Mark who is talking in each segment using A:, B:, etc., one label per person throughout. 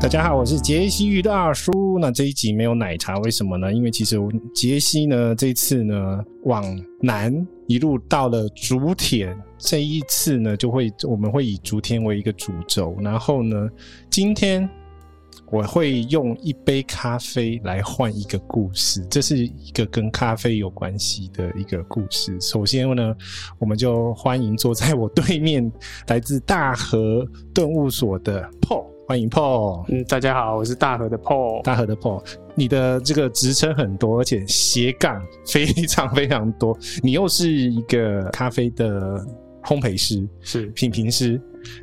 A: 大家好，我是杰西玉大叔。那这一集没有奶茶，为什么呢？因为其实我杰西呢，这一次呢往南一路到了竹田，这一次呢就会我们会以竹田为一个主轴，然后呢，今天我会用一杯咖啡来换一个故事，这是一个跟咖啡有关系的一个故事。首先呢，我们就欢迎坐在我对面来自大和顿悟所的 Paul，欢迎 Paul。
B: 嗯，大家好，我是大河的 Paul。
A: 大河的 Paul，你的这个职称很多，而且斜杠非常非常多。你又是一个咖啡的烘焙师、
B: 是
A: 品评师，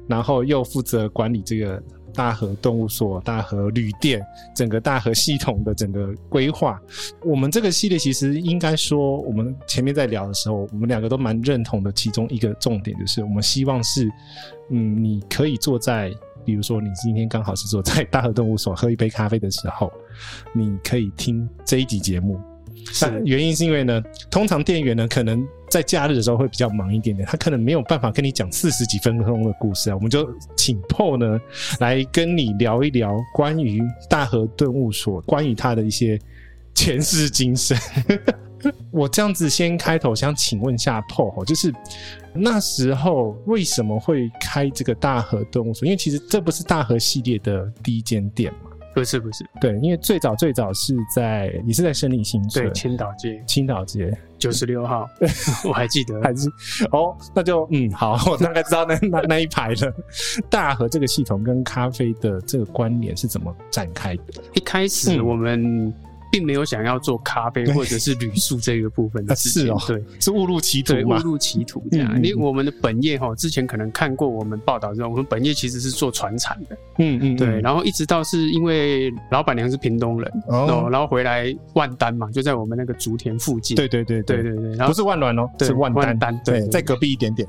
A: 然后又负责管理这个大河动物所、大河旅店整个大河系统的整个规划。我们这个系列其实应该说，我们前面在聊的时候，我们两个都蛮认同的。其中一个重点就是，我们希望是，嗯，你可以坐在，比如说你今天刚好是坐在大河动物所喝一杯咖啡的时候，你可以听这一集节目。但
B: 是
A: 原因是因为呢，通常店员呢可能在假日的时候会比较忙一点点，他可能没有办法跟你讲四十几分钟的故事啊。我们就请 Paul 呢来跟你聊一聊关于大和顿悟所，关于他的一些前世今生。我这样子先开头想请问一下 Paul，哦就是那时候为什么会开这个大和顿悟所？因为其实这不是大和系列的第一间店嘛。
B: 不是不是？
A: 对，因为最早最早是在也是在胜利新村
B: 对，，千岛街
A: 青岛街
B: 九十六号，我还记得。
A: 还是哦，那就嗯好， 我大概知道那那那一排了。大和这个系统跟咖啡的这个关联是怎么展开的？
B: 一开始
A: 嗯
B: 我们并没有想要做咖啡
A: 对
B: 或者是旅宿这个部分的事
A: 是
B: 情
A: 哦，
B: 对
A: 是误入歧途
B: 对，误
A: 嘛？
B: 入歧途这样。
A: 嗯嗯嗯
B: 因为我们的本业哈，之前可能看过我们报道之后，我们本业其实是做船产的，
A: 嗯嗯，
B: 对。
A: 嗯
B: 然后一直到是因为老板娘是屏东人，
A: 哦，
B: 然后回来万丹嘛，就在我们那个竹田附近。
A: 对对对
B: 对对对，然
A: 不
B: 后
A: 是万峦哦，
B: 对
A: 是万丹，
B: 万丹
A: 对，
B: 对对对哦
A: 在隔壁一点点。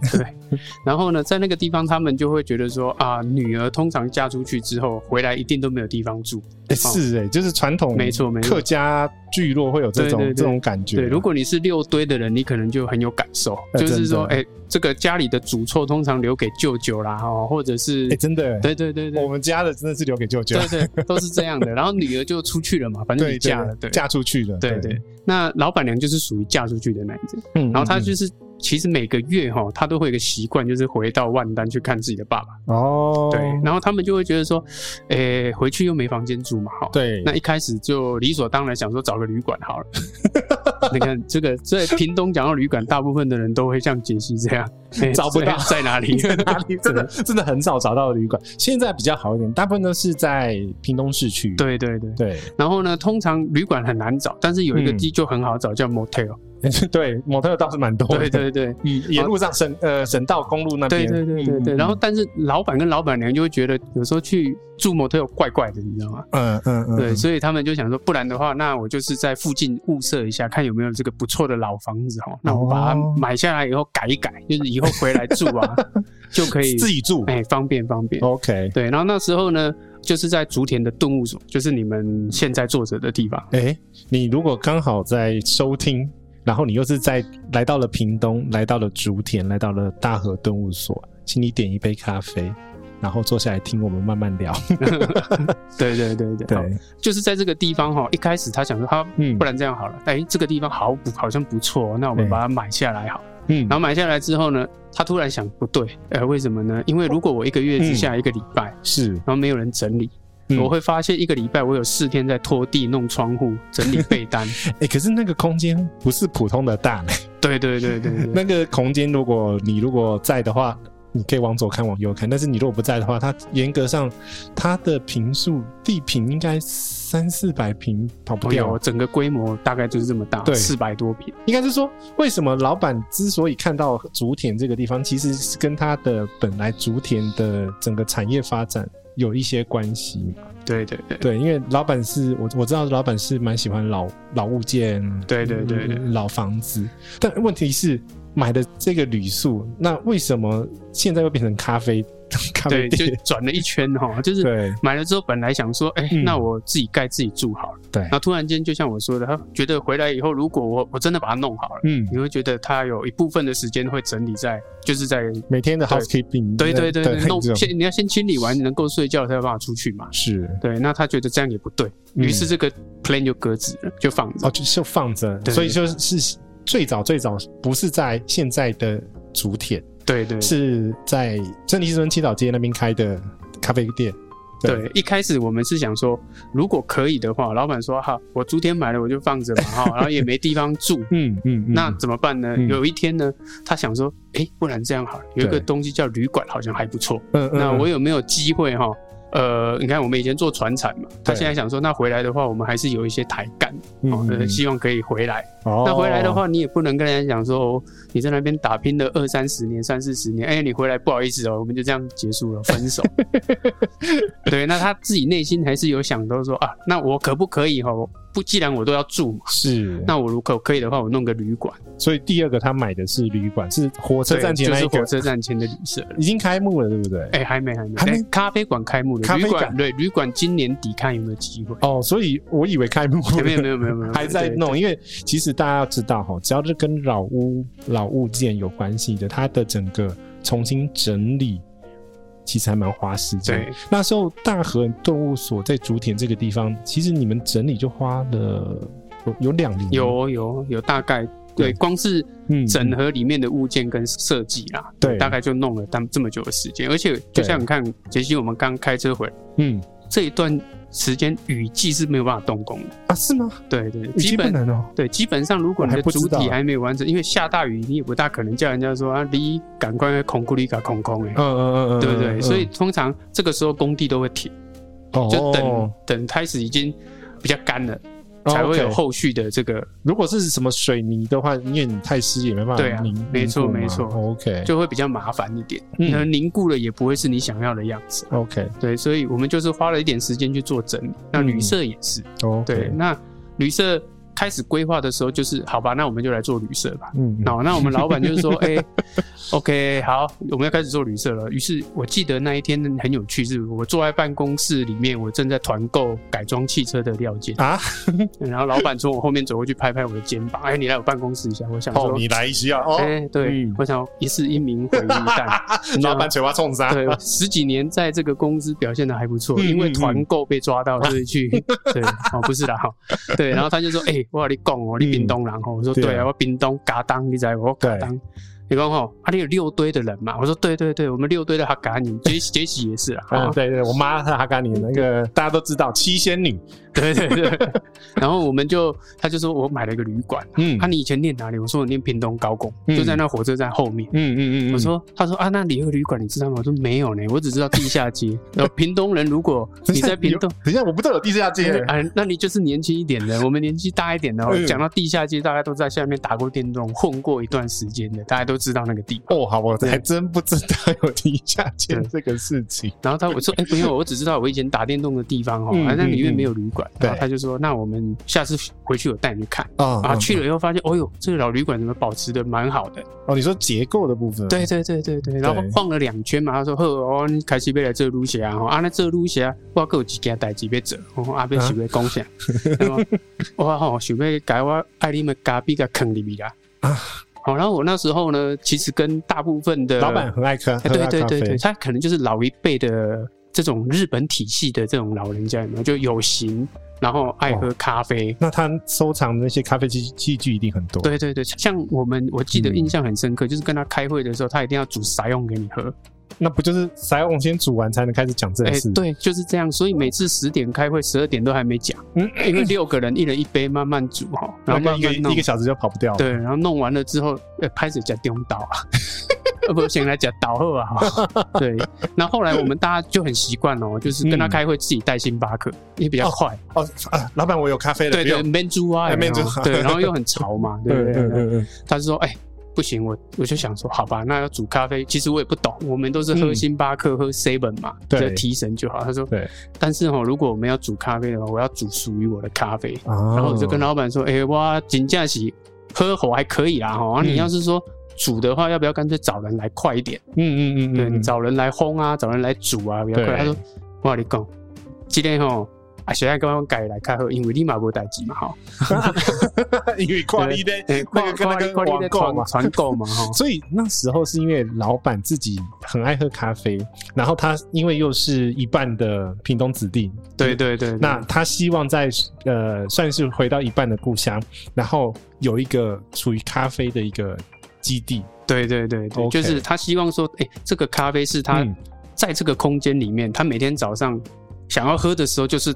B: 然后呢，在那个地方，他们就会觉得说啊，女儿通常嫁出去之后回来一定都没有地方住。
A: 诶是哎，就是传统
B: 没错没错
A: 客家聚落会有这种
B: 对对对
A: 这种感觉。
B: 对，如果你是六堆的人，你可能就很有感受，
A: 啊呃
B: 就是说，
A: 真
B: 哎、这个家里的主臭通常留给舅舅啦，哦，或者是，
A: 哎真的，
B: 对对对
A: 我
B: 对。
A: 们家的真的是留给舅舅，
B: 对对，都是这 样的。然后女儿就出去了嘛，反正
A: 对
B: 你嫁了，对
A: 嫁出去了，
B: 对对，。那老板娘就是属于嫁出去的那一种。
A: 嗯，
B: 然后她
A: 嗯
B: 就是，其实每个月哈，她都会有一个习惯，就是回到万丹去看自己的爸爸。
A: 嗯哦，
B: 对，然后他们就会觉得说，诶，回去又没房间住嘛，哈，
A: 对，
B: 那一开始就理所当然想说找个旅馆好了。 你看这个在屏东讲到旅馆，大部分的人都会像杰西这样、哎
A: 找不到
B: 在 在哪里
A: 在哪里？真的真的很少找到旅馆，现在比较好一点，大部分都是在屏东市区。
B: 对对对，
A: 对
B: 然后呢，通常旅馆很难找，但是有一个
A: 嗯
B: 地就很好找，叫 motel。
A: 对， 模特倒是蛮多的。
B: 对，对对
A: 嗯，沿路上省呃省道公路那
B: 对
A: 边。
B: 对对对对。
A: 嗯
B: 然后，但是老板跟老板娘就会觉得有时候去住 motel 怪怪的，你知道吗？
A: 嗯嗯嗯，
B: 对，所以他们就想说，不然的话，那我就是在附近物色一下，看有没有这个不错的老房子哈。那我把它
A: 哦
B: 买下来以后改一改，就是以后回来住 啊，就可以
A: 自己哦住。
B: 哎方便方便。
A: OK，
B: 对，然后那时候呢，就是在竹田的动物所，就是你们现在坐着的地方。
A: 哎，你如果刚好在收听。然后你又是在来到了屏东，来到了竹田，来到了大和动物所，请你点一杯咖啡，然后坐下来听我们慢慢聊。
B: 对对对对，好
A: 对，
B: 就是在这个地方哈。一开始他想说他，
A: 嗯
B: 不然这样好了，哎，这个地方好不好像不错哦，那我
A: 哎
B: 们把它买下来好了。
A: 嗯
B: 然后买下来之后呢，他突然想不对，呃，为什么呢？因为如果我一个
A: 嗯
B: 月只下一个礼拜，
A: 是，
B: 然后没有人整理。
A: 嗯
B: 我会发现一个礼拜我有四天在拖地、弄窗户、整理被单。
A: 哎，可是那个空间不是普通的大，
B: 对对对对 对
A: 那个空间，如果你如果在的话，你可以往左看，往右看。但是你如果不在的话，它严格上它的平数地平应该三四百平跑不
B: 我
A: 掉。
B: 有整个规模大概就是这么大
A: 对，
B: 四百多平。
A: 应该是说，为什么老板之所以看到竹田这个地方，其实是跟他的本来竹田的整个产业发展有一些关系嘛。
B: 对对对
A: 对，因为老板是我我知道老板是蛮喜欢老老物件，
B: 对对对对
A: 嗯老房子。但问题是，买的这个旅宿，那为什么现在又变成咖啡 咖啡
B: 对，就
A: 店？
B: 转了一圈 哈，就是
A: 对
B: 买了之后本来想说，哎、
A: 嗯
B: 那我自己盖自己住好了，
A: 对
B: 然后突然间就像我说的，他觉得回来以后，如果我我真的把它弄好了，
A: 嗯，
B: 你会觉得他有一部分的时间会整理在，就是在
A: 每天的
B: 对
A: housekeeping，
B: 对对对，
A: 对，
B: 弄
A: 这种
B: 先你要先清理完，你能够睡觉才有办法出去嘛。
A: 是，
B: 对，那他觉得这样也不对，
A: 嗯
B: 于是这个 plan 就搁置了，就放着。
A: 哦，就就放着，
B: 对
A: 所以就是最早最早不是在现在的竹田，
B: 对对
A: 是在正立之村七岛街那边开的咖啡店。
B: 对，一开始我们是想说，如果可以的话，老板说哈，我昨天买了我就放着嘛哈， 然后也没地方住，
A: 嗯嗯，嗯
B: 那怎么办呢？
A: 嗯
B: 有一天呢，他想说，哎，不然这样好了，有一个
A: 对
B: 东西叫旅馆，好像还不错。
A: 嗯嗯
B: 那
A: 嗯
B: 我有没有机会哈？呃，你看我们以前做船产嘛，他
A: 对
B: 现在想说，那回来的话，我们还是有一些台干，哦
A: 嗯，
B: 呃
A: 嗯
B: 希望可以回来。
A: 哦
B: 那回来的话，你也不能跟人家讲说，哦你在那边打拼了二三十年、三四十年，哎、你回来不好意思哦，我们就这样结束了，分手。对，那他自己内心还是有想到说啊，那我可不可以哈、哦？不，既然我都要住嘛，
A: 是，
B: 那我如果可以的话，我弄个旅馆，
A: 所以第二个他买的是旅馆，是火车站前
B: 对就
A: 那
B: 是
A: 一
B: 火
A: 个，
B: 车站前的旅社。
A: 已经开幕了，对不对？
B: 哎、还没，还没，
A: 还没
B: 哎咖啡馆开幕了，
A: 咖啡
B: 旅
A: 馆
B: 馆对旅馆今年底看有没有机 会？
A: 哦，所以我以为开幕了
B: 哎没有，没有，没有，没有，
A: 还在
B: 对
A: 弄，因为其实大家要知道哈，只要是跟老屋老物件有关系的，它的整个重新整理。其实还蛮花时间
B: 对。
A: 那时候大和动物所在竹田这个地方，其实你们整理就花了有有两年，
B: 有有有大概。
A: 对
B: 对，光是
A: 嗯
B: 整合里面的物件跟设计啦，
A: 对
B: 大概就弄了当这么久的时间。而且就像你看，杰西，我们刚开车回来
A: 嗯
B: 这一段时间，雨季是没有办法动工的。
A: 啊是吗？
B: 对对，
A: 已
B: 基
A: 经不
B: 本
A: 能哦，
B: 对基本上，如果你
A: 我还
B: 的
A: 不知
B: 主
A: 道
B: 体还没有完成，因为下大雨，你也不大可能叫人家说啊，你赶快空库里嘎空空哎
A: 嗯，嗯嗯嗯，
B: 对不
A: 嗯
B: 对？
A: 嗯
B: 所以通常这个时候工地都会停，
A: 哦
B: 就等等开始已经比较干了，
A: 哦
B: 才会有
A: OK
B: 后续的这个
A: 如果是什么水泥的话，因为你太湿也没办法
B: 对啊
A: 凝
B: 没错
A: 凝固嘛
B: 没错
A: OK
B: 就会比较麻烦一点，
A: 嗯
B: 那凝固了也不会是你想要的样子。
A: OK
B: 对，所以我们就是花了一点时间去做整理。那旅社也是，
A: OK
B: 对，那旅社开始规划的时候，就是好吧，那我们就来做旅社吧。
A: 嗯
B: 那、那我们老板就是说，哎、o k 好，我们要开始做旅社了。于是我记得那一天很有趣，是我坐在办公室里面，我正在团购改装汽车的料件，
A: 啊
B: 然后老板从我后面走过去，拍拍我的肩膀，哎、你来我办公室一下。我想说，
A: 来一下哦
B: 哎、对，
A: 嗯
B: 我想一世英名毁于 一旦。
A: 老板嘴巴冲 杀，
B: 对，十几年在这个公司表现的还不错，
A: 嗯
B: 因为
A: 嗯嗯
B: 团购被抓到，所以去 对哦，不是啦哈，对，然后他就说，哎、我跟你讲哦，你
A: 嗯
B: 冰冻人哦，我说
A: 对啊
B: 对啊，我冰冻嘎当，你知道吗我嘎当。你讲哦，啊，你有六堆的人嘛？我说对对对，我们六堆的哈嘎你，杰西杰西也是啊，
A: 嗯
B: 哦
A: 对对，我妈她哈嘎你那个大家都知道七仙女，
B: 对对对。 然后我们就，他就说我买了一个旅馆，
A: 嗯
B: 啊，你以前念哪里？我说我念屏东高工，
A: 嗯
B: 就在那火车站后面。
A: 嗯嗯嗯，
B: 我说，他说啊，那里有个旅馆，你知道吗？我说没有呢，我只知道地下街。 然后屏东人，如果
A: 等
B: 你
A: 一下
B: 在屏东，，
A: 有等一下我不都有地下街
B: 哎、那你就是年轻一点 的，我们年纪大一点的、哦
A: 嗯，
B: 讲到地下街，大家都在下面打过电动、混过一段时间的，大家都知道那个地方。
A: 哦，好，我还真不知道有地下街
B: 对
A: 这个事情，
B: 然后他 我说，哎、没有，我只知道我以前打电动的地方哦，
A: 嗯
B: 啊，那
A: 嗯
B: 里面
A: 嗯
B: 没有旅馆。
A: 对
B: 然后他就说，那我们下次回去我带你去看。
A: 啊
B: 啊，去了以后发现，哦呦，这个老旅馆怎么保持的蛮好的？
A: 哦，你说结构的部分，
B: 对对对对对，然后
A: 对
B: 晃了两圈嘛，他说：“呵，哦，你开始要来做旅行啊，吼啊，那做旅行啊，我还有一件代志要做，吼，啊，要想要讲 啥，对吗？我吼想要改我爱你们咖啡给坑里面啦。”
A: 啊
B: 好，然后我那时候呢，其实跟大部分的
A: 老板，很爱喝，
B: 哎
A: 很
B: 对
A: 爱
B: 对
A: 咖
B: 对
A: 啡
B: 对，他可能就是老一辈的这种日本体系的这种老人家，有没有？就有型，然后爱喝咖啡。
A: 那他收藏的那些咖啡器器具一定很多，
B: 对对对，像我们我记得
A: 哦嗯
B: 印象很深刻，就是跟他开会的时候，他一定要煮啥用给你喝。
A: 那不就是塞翁先煮完才能开始讲正
B: 哎、
A: 事？，
B: 对，就是这样。所以每次十点开会，十二点都还没讲，
A: 嗯
B: 因为六个人一人一杯，慢慢煮哈，然后
A: 那个
B: 慢
A: 一个
B: 慢弄
A: 一个。小时就跑不掉了。
B: 对，然后弄完了之后，呃、拍手加丢刀啊， 呃，不行来讲倒后啊。对，然后后来我们大家就很习惯哦，就是跟他
A: 嗯
B: 开会自己带星巴克，也比较快。
A: 哦啊，老板，我有咖啡了，
B: 对
A: 不
B: 对，
A: 用。
B: 闷猪啊，有没有
A: 哎闷猪
B: 对，然后又很潮嘛，对不
A: 嗯嗯
B: 对？
A: 嗯嗯，
B: 他就说，哎、不行，我我就想说，好吧，那要煮咖啡。其实我也不懂，我们都是喝
A: 嗯
B: 星巴克、喝 seven 嘛，
A: 对
B: 就提神就好。他说，
A: 对
B: 但是哦，如果我们要煮咖啡的话，我要煮属于我的咖啡。
A: 然
B: 哦然后我就跟老板说：“哎、我真正是喝火还可以啦，哈、啊。
A: 嗯
B: 你要是说煮的话，要不要干脆找人来快一点？
A: 嗯嗯嗯
B: 对，
A: 嗯，
B: 你
A: 嗯
B: 找人来烘啊，找人来煮啊，比较快。
A: 对
B: 他说：“我跟你讲，今天吼啊，小爱刚刚改来开会，因为你嘛无代志嘛吼，
A: 因为跨立的
B: 对
A: 那个跟那个
B: 看你在
A: 网购嘛，
B: 团，团购嘛吼
A: 所以那时候是因为老板自己很爱喝咖啡，然后他因为又是一半的屏东子弟，
B: 对对对，对
A: 那他希望在呃算是回到一半的故乡，然后有一个属于咖啡的一个基地，
B: 对对对对，
A: OK
B: 就是他希望说，哎，这个咖啡是他
A: 嗯
B: 在这个空间里面，他每天早上想要喝的时候，就是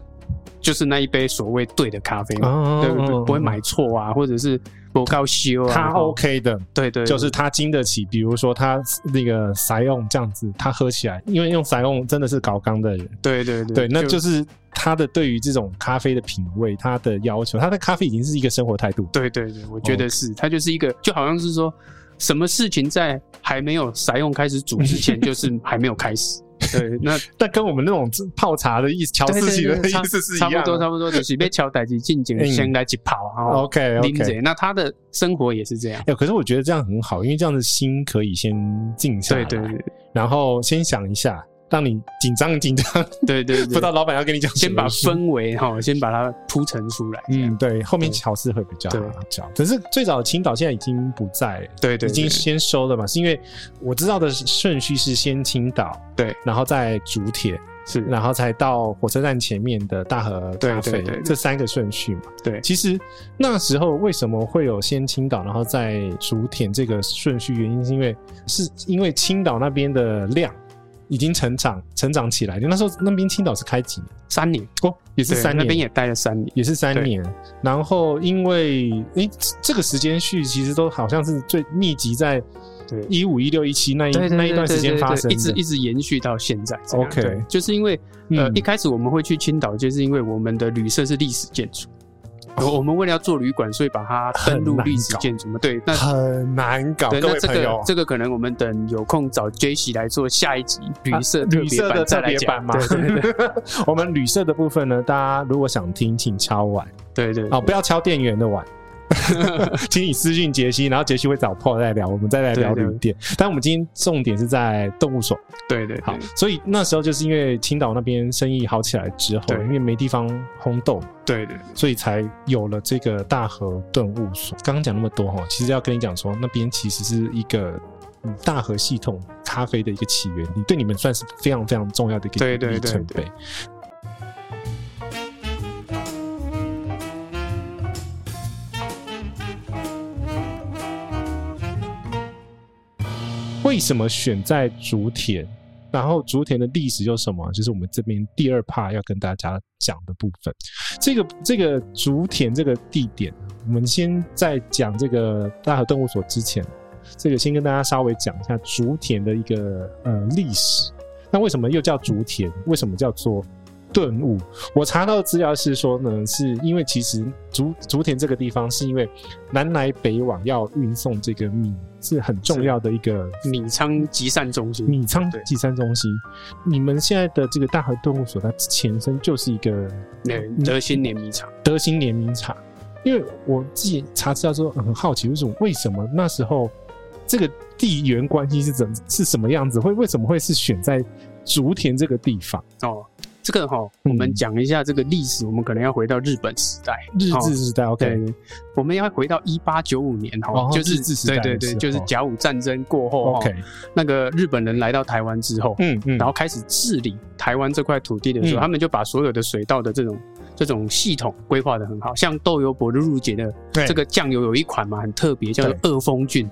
B: 就是那一杯所谓对的咖啡嘛，
A: 哦
B: 对不对？不会买错啊，或者是不高修啊，
A: 他
B: 吼
A: OK 的，
B: 对对，
A: 就是他经得起，比如说他那个塞用这样子，他喝起来，因为用塞用真的是搞刚的人，
B: 对对
A: 对，
B: 对
A: 那就是他的对于这种咖啡的品味，他的要求，他的咖啡已经是一个生活态度。
B: 对对对，我觉得是，它就是一个，就好像是说，什么事情在还没有撒用开始煮 之前，就是还没有开始。对，那
A: 但跟我们那种泡茶的意思、乔
B: 对
A: 思
B: 对
A: 哦琪的
B: 对
A: 意
B: 差
A: 思是一
B: 差
A: 样的。
B: 不多，差不多就是被敲逮起进井
A: 嗯
B: 先来去跑啊。哦
A: OK
B: 拎
A: OK。
B: 着，那他的生活也是这样。
A: 哎、可是我觉得这样很好，因为这样的心可以先静下来，
B: 对对对
A: 然后先想一下，让你紧张紧张，
B: 对 对，对
A: 不知道老板要跟你讲什么。
B: 先把氛围哈，先把它铺陈出来。
A: 嗯，
B: 嗯，
A: 对，后面
B: 对
A: 乔斯会比较
B: 对
A: 好讲。可是最早的青岛现在已经不在了，
B: 对对，
A: 已经
B: 对
A: 先收了嘛，是因为我知道的顺序是先青岛，
B: 对，
A: 然后再竹铁，
B: 是
A: 然后才到火车站前面的大和咖啡，
B: 对对对对
A: 这三个顺序嘛。
B: 对
A: 其实那时候为什么会有先青岛，然后再竹田这个顺序？原因是因为是因为青岛那边的量已经成长成长起来，那时候那边青岛是开几年？
B: 三年，
A: 哦，也是
B: 对
A: 三
B: 那边
A: 年。
B: 也待了三年。
A: 也是三
B: 对
A: 年，然后因为诶、这个时间序其实都好像是最密集在
B: 对
A: 一五一六一七那一
B: 对对
A: 那一段时间
B: 对对对对
A: 发生的，
B: 一直一直延续到现在这样。
A: OK
B: 对就是因为呃，
A: 嗯
B: 一开始我们会去青岛，就是因为我们的旅社是历史建筑，我我们为了要做旅馆，所以把它登
A: 哦很
B: 入
A: 难
B: 历史
A: 搞
B: 建筑嘛。对，那
A: 很难搞，
B: 对，
A: 各
B: 那
A: 位
B: 这
A: 朋友
B: 个。这个可能我们等有空找 J C 来做下一集旅社特
A: 啊旅
B: 别
A: 社的
B: 版再
A: 特
B: 来
A: 别版
B: 讲。
A: 嘛
B: 对对对，
A: 我们旅社的部分呢，大家如果想听，请敲碗
B: 对对
A: 哦，不要敲店员的碗， 请你私信杰西，然后杰西会找破再聊，我们再来聊
B: 对对
A: 旅店。但我们今天重点是在动物所，
B: 对对
A: 好
B: 好，，
A: 所以那时候就是因为青岛那边生意好起来之后，
B: 对
A: 因为没地方烘豆，
B: 对对
A: 所以才有了这个大河顿悟所。刚刚讲那么多哈，其实要跟你讲说，那边其实是一个嗯大河系统咖啡的一个起源地，对你们算是非常非常重要的一个
B: 对对
A: 里
B: 对
A: 程碑。为什么选在竹田？然后竹田的历史有什么？就是我们这边第二趴要跟大家讲的部分。这个这个竹田这个地点，啊我们先在讲这个大和动物所之前，这个先跟大家稍微讲一下竹田的一个呃历史。那为什么又叫竹田？为什么叫做顿悟？我查到的资料是说呢，是因为其实竹竹田这个地方是因为南来北往要运送这个米是很重要的一个
B: 对，米仓集散中心。
A: 米仓
B: 对
A: 集散中心。你们现在的这个大和动物所，它前身就是一个
B: 对，德新碾米厂。
A: 德兴联名茶，因为我自己查资料说很好奇，为什么为什么那时候这个地缘关系是怎是什么样子，会为什么会是选在竹田这个地方？
B: 哦，这个哈、
A: 嗯
B: 我们讲一下这个历史，我们可能要回到日本时代，
A: 日
B: 哦
A: 治时代，OK，
B: 对，我们要回到一八九五年哈、
A: 哦
B: 就是
A: 日治时代
B: 对对
A: 的时
B: 对，
A: 候
B: 就是甲午战争过后哈、
A: OK，
B: 那个日本人来到台湾之后，
A: 嗯嗯，
B: 然后开始治理台湾这块土地的时
A: 嗯
B: 候，他们就把所有的水稻的这种这种系统规划的很好，像豆油博的入节的
A: 对
B: 这个酱油有一款嘛，很特别，叫做二峰郡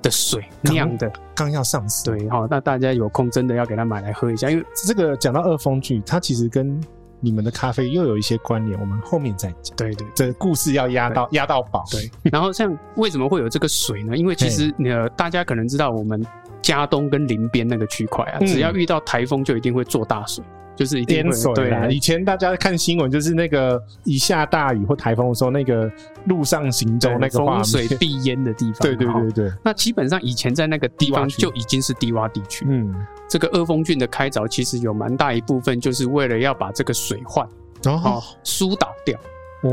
B: 的水
A: 刚
B: 酿的，
A: 刚要上市，
B: 对哈、那大家有空真的要给它买来喝一下，因为
A: 这个讲到二峰剧，它其实跟你们的咖啡又有一些关联，我们后面再讲。
B: 对对。
A: 这故事要压到压到饱，
B: 对，然后像为什么会有这个水呢？因为其实呃，大家可能知道我们嘉东跟林边那个区块啊，
A: 嗯
B: 只要遇到台风就一定会做大水，就是一定
A: 淹
B: 会
A: 水啦！以
B: 对
A: 前大家看新闻，就是那个一下大雨或台风的时候，那个路上行走
B: 对
A: 那个画
B: 风
A: 面，
B: 水必淹的地方。
A: 对对
B: 哈
A: 对。对，
B: 那基本上以前在那个地
A: 低洼
B: 方
A: 区
B: 就已经是低洼地区。
A: 嗯，
B: 这个二峰郡的开凿其实有蛮大一部分就是为了要把这个水患
A: 然
B: 哦
A: 后哦
B: 疏导掉。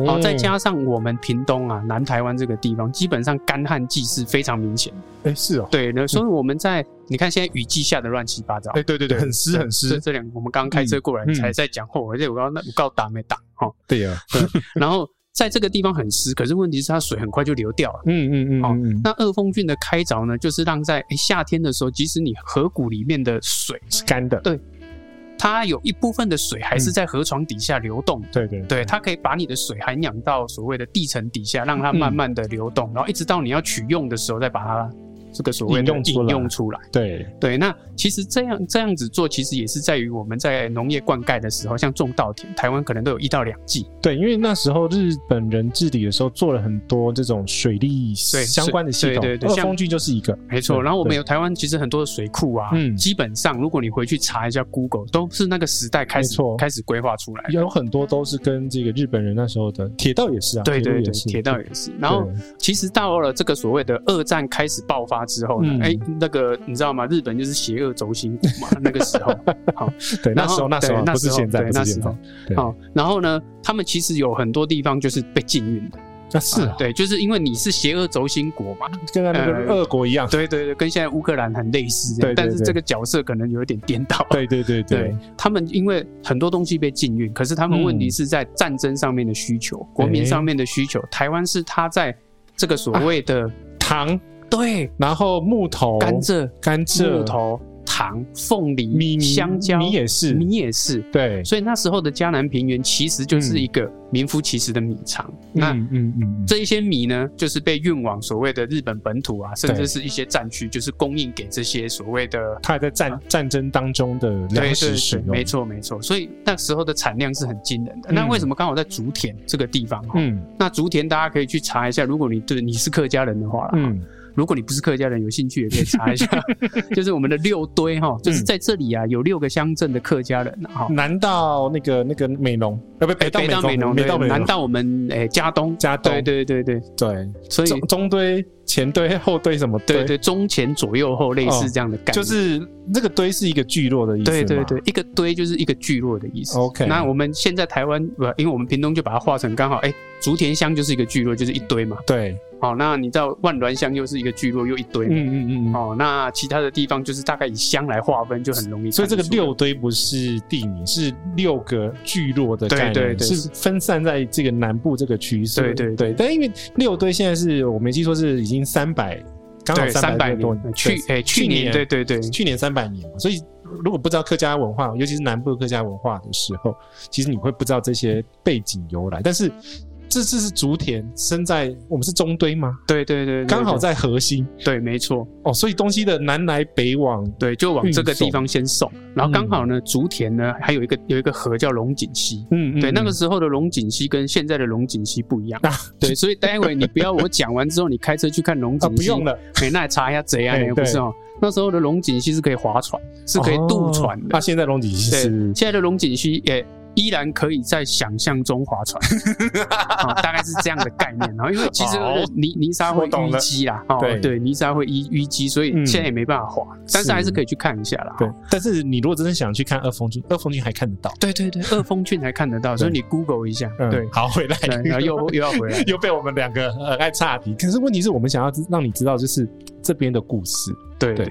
B: 好、
A: 嗯
B: 再加上我们屏东啊，南台湾这个地方，基本上干旱季是非常明显。
A: 哎、是哦，
B: 对，那所以我们在、你看现在雨季下的乱七八糟，
A: 哎、对对对，很湿很
B: 这
A: 湿，
B: 这两个我们刚开车过来
A: 嗯嗯
B: 才在讲，哦，而且我刚那我告打没打 哈，
A: 对啊，
B: 然后在这个地方很湿，可是问题是它水很快就流掉了。
A: 嗯嗯嗯
B: 哦
A: 嗯，
B: 那恶风菌的开凿呢，就是让在诶夏天的时候，即使你河谷里面的水，
A: 是干的，
B: 对它有一部分的水还
A: 嗯
B: 是在河床底下流动的，
A: 对对
B: 对，它可以把你的水涵养到所谓的地层底下，让它
A: 嗯
B: 慢慢的流动，然后一直到你要取用的时候再把它这个所谓
A: 引
B: 的
A: 用出
B: 引
A: 来
B: 用出来。
A: 对，
B: 对，那其实这样这样子做，其实也是在于我们在农业灌溉的时候，像种稻田，台湾可能都有一到两季，
A: 对，因为那时候日本人治理的时候做了很多这种水利
B: 对
A: 相关的系
B: 水
A: 统，
B: 对对对
A: 二
B: 像
A: 峰郡就是一个，
B: 没错。
A: 对
B: 然后我们
A: 对
B: 有台湾其实很多的水库啊，
A: 嗯
B: 基本上如果你回去查一下 Google，都是那个时代开
A: 没
B: 始
A: 错
B: 开始规划出来的。
A: 有很多都是跟这个日本人那时候的铁道也是啊，
B: 对
A: 铁路
B: 对对，
A: 也是
B: 铁道也是。然后其实到了这个所谓的二战开始爆发之后呢
A: 嗯，
B: 哎、那个你知道吗？日本就是邪恶轴 心国嘛，那个时候。好，
A: 对，那
B: 然后
A: 时候那时候啊
B: 对那
A: 不是
B: 时候
A: 现在，
B: 对
A: 不是
B: 那
A: 现
B: 时
A: 在
B: 候，
A: 对
B: 好，哦然后呢，他们其实有很多地方就是被禁运的。
A: 那是
B: 啊
A: 啊
B: 对，就是因为你是邪恶轴心国嘛，
A: 跟那个
B: 呃
A: 俄国一 样，
B: 对对对，跟现在乌克兰很类似这样
A: 对对
B: 但是
A: 对
B: 这个角色可能有一点颠倒。
A: 对对对
B: 呃对，他们因为很多东西被禁运，可是他们问题是在战争上面的需求、
A: 嗯
B: 国民上面的需求。台湾是他在这个所谓的、
A: 哎糖，
B: 对
A: 然后木头、
B: 甘、蔗、
A: 甘蔗、
B: 木、头、糖、凤梨、
A: 米米
B: 香蕉，
A: 米也是
B: 米也是。
A: 对，
B: 所以那时候的迦南平原其实就是一个名副其实的米仓。那
A: 嗯嗯嗯，
B: 这一些米呢，就是被运往所谓的日本本土啊，甚至是一些战区，就是供应给这些所谓的。
A: 它还在战战争当中的粮
B: 对啊对
A: 食使
B: 对，
A: 用，
B: 没错没错，所以那时候的产量是很惊人的。那
A: 嗯
B: 为什么刚好在竹田这个地方？嗯，
A: 嗯
B: 那竹田大家可以去查一下，如果你对你是客家人的话啦，
A: 嗯，
B: 如果你不是客家人，有兴趣也可以查 一下，就是我们的六堆哈，就是在这里啊，有六个乡镇的客家人啊哈，
A: 南到那个那个美浓，呃不，嗯北到
B: 北到美浓，
A: 北到
B: 对
A: 美
B: 南
A: 浓，
B: 到我们诶嘉东，
A: 加东
B: 对对对对，
A: 对，
B: 所以
A: 中中堆、前堆、后堆什么
B: 对
A: 堆？
B: 对中前左右后类似这样的
A: 哦
B: 概念，
A: 就是这个堆是一个聚落的意思，
B: 对对对，，一个堆就是一个聚落的意思。
A: OK
B: 那我们现在台湾不，因为我们屏东就把它划成刚好，哎、竹田乡就是一个聚落，就是一堆嘛。
A: 对，
B: 好、那你到万峦乡又是一个聚落，又一堆嘛。
A: 嗯嗯嗯嗯。
B: 哦，那其他的地方就是大概以乡来划分，就很容易看得出
A: 所
B: 来。
A: 以这个六堆不是地名，是六个聚落的概念，
B: 对对对
A: 是分散在这个南部这个区域。所以
B: 对对
A: 对，但因为六堆现在是我没记错是已经三百，刚好
B: 对三
A: 百
B: 百
A: 多
B: 年，去哎、
A: 对
B: 去年对对对
A: 去年三百年嘛，所以如果不知道客家文化，尤其是南部客家文化的时候，其实你会不知道这些背景由来。但是这次是竹田，身在我们是中堆吗？
B: 对对对对，
A: 刚好在核心
B: 对，没错，
A: 哦，所以东西的南来北往，
B: 对，就往这个地方先送，然后刚
A: 嗯
B: 好呢，竹田呢还有一个有一个河叫龙井溪，
A: 嗯，嗯
B: 对，那个
A: 嗯
B: 时候的龙井溪跟现在的龙井溪不一样
A: 啊
B: 对，所以待会你不要我讲完之后，你开车去看龙
A: 啊
B: 井溪，
A: 不用了，
B: 嘿，那来查一下贼啊，
A: 哎
B: 那个不是哦。那时候的龙井溪是可以划船，是可以渡船
A: 那、
B: 的。
A: 哦啊现在龙井
B: 对，
A: 是
B: 现在的龙井溪也依然可以在想象中 划船，啊，大概是这样的概念。哦然后因为其实
A: 好
B: 泥泥沙会
A: 我懂
B: 淤
A: 了
B: 积啦，哦
A: 对，
B: 对，泥沙会淤淤积，所以
A: 嗯
B: 现在也没办法划，但是还是可以去看一下啦。
A: 对，但是你如果真的想去看二峰郡，二峰郡还看得到。
B: 对对对，二峰郡还看得到，所以你 Google 一下，
A: 嗯
B: 对，
A: 好，回来
B: 对，然后又又要回来。
A: 又被我们两个很爱岔题。可是问题是我们想要知让你知道，就是这边的故事，
B: 对
A: 对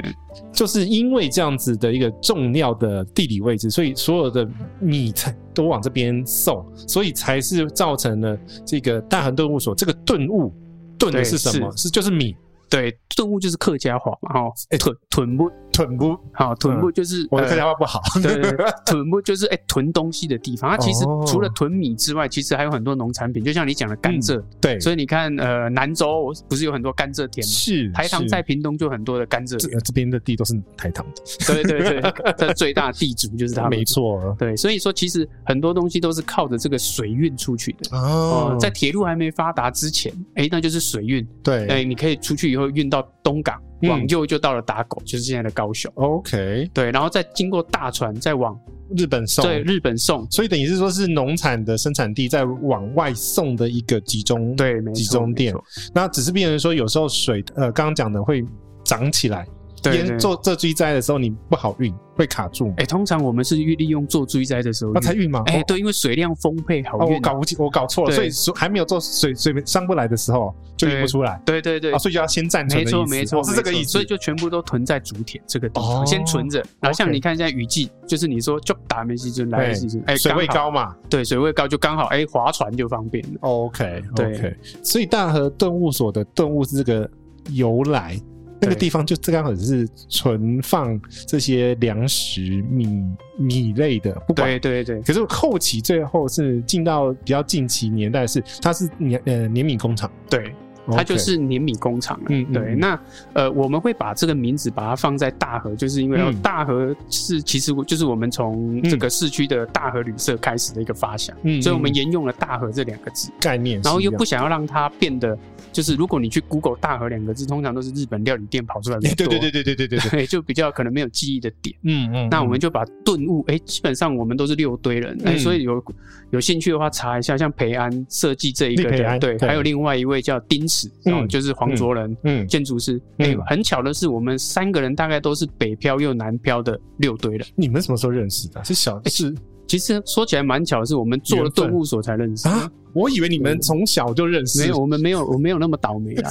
A: 就是因为这样子的一个重要的地理位置，所以所有的米才都往这边送，所以才是造成了这个大韩顿悟所这个顿悟。顿的
B: 对
A: 是什么？是就是米
B: 对，顿悟就是客家话嘛，哦，臀臀部，
A: 臀部，
B: 好，臀部就是
A: 哎嗯我的客
B: 呃
A: 家话不好。
B: 对对，对囤不就是哎、囤东西的地方。它啊其实
A: 哦
B: 除了囤米之外，其实还有很多农产品，就像你讲的甘蔗。
A: 嗯 对，
B: 所以你看，呃，南州不是有很多甘蔗田吗？
A: 是
B: 台糖
A: 是
B: 在屏东就很多的甘蔗
A: 这
B: 田，
A: 这边的地都是台糖的，
B: 对对对， 这最大地主就是他们。
A: 没。错。
B: 对，所以说其实很多东西都是靠着这个水运出去的。哦、
A: 哦
B: 在铁路还没发达之前，哎、那就是水运。哎、
A: 对
B: 你可以出去以后运到东港，
A: 嗯哦
B: 往右就到了打狗，就是现在的高雄。
A: ，OK，
B: 对，然后再经过大船，再往
A: 日本送，
B: 对日本送，
A: 所以等于是说是农产的生产地在往外送的一个集中，，
B: 对，没错
A: 集中
B: 没
A: 店
B: 错
A: 那只是变成说有时候水，呃，刚刚讲的会涨起来，
B: 对对
A: 淹做这追灾的时候你不好运，会卡住嘛。
B: 哎、通常我们是利用做追灾的时候
A: 那才
B: 运
A: 运嘛。
B: 哎、
A: 我
B: 对，因为水量丰沛，好
A: 哦，
B: 运、啊
A: 我搞不清，我搞错了，
B: 对
A: 所以说还没有做水水上不来的时候就运不出来
B: 对对对。
A: 啊，所以就要先暂存
B: 没
A: 的意
B: 错，
A: 思，
B: 没错，
A: 哦是这个
B: 没
A: 意
B: 错
A: 思。
B: 所以就全部都囤在竹田这个地
A: 哦
B: 方，先存着。然后像
A: OK
B: 你看，现在雨季，就是你说就打没细菌，来的细菌，哎，
A: 水位
B: 刚好，
A: 高嘛哦
B: 对，水位高就刚好，哎，划船就方便了。
A: ，OK
B: 对
A: OK，所以大和动物所的动物是这个由来，那个
B: 对
A: 地方就刚好是存放这些粮食、米米类的，不管
B: 对对对，
A: 可是后期最后是进到比较近期年代是，它是碾呃碾米工厂，
B: 对，它就是碾米工厂了。
A: 嗯嗯
B: 对。
A: 嗯
B: 那呃，我们会把这个名字把它放在大河，就是因为
A: 嗯
B: 大河是其实就是我们从这个市区的大河旅社开始的一个发想，
A: 嗯
B: 所以我们
A: 嗯
B: 沿用了大河这两个字，
A: 概念是一样，
B: 然后又不想要让它变得就是如果你去 Google 大河两个字，通常都是日本料理店跑出来的
A: 哎对
B: 多，
A: 对对对对对对对对，
B: 对，就比较可能没有记忆的点。
A: 嗯嗯，
B: 那我们就把顿悟，哎、基本上我们都是六堆人，哎、
A: 嗯
B: 所以有有兴趣的话查一下，像培安设计这一
A: 厉
B: 个
A: 培安
B: 的，对，
A: 对
B: 还有另外一位叫丁尺，
A: 嗯
B: 哦，就是黄卓仁、
A: 嗯嗯
B: 建筑师，哎、
A: 嗯
B: 很巧的是，我们三个人大概都是北漂又南漂的六堆人。
A: 你们什么时候认识的？是小是
B: 其实说起来蛮巧的是，我们做了
A: 缘分
B: 顿悟所才认识，
A: 啊，我以为你们从小就认识，
B: 没有，我们没有，我没有那么倒霉 啊。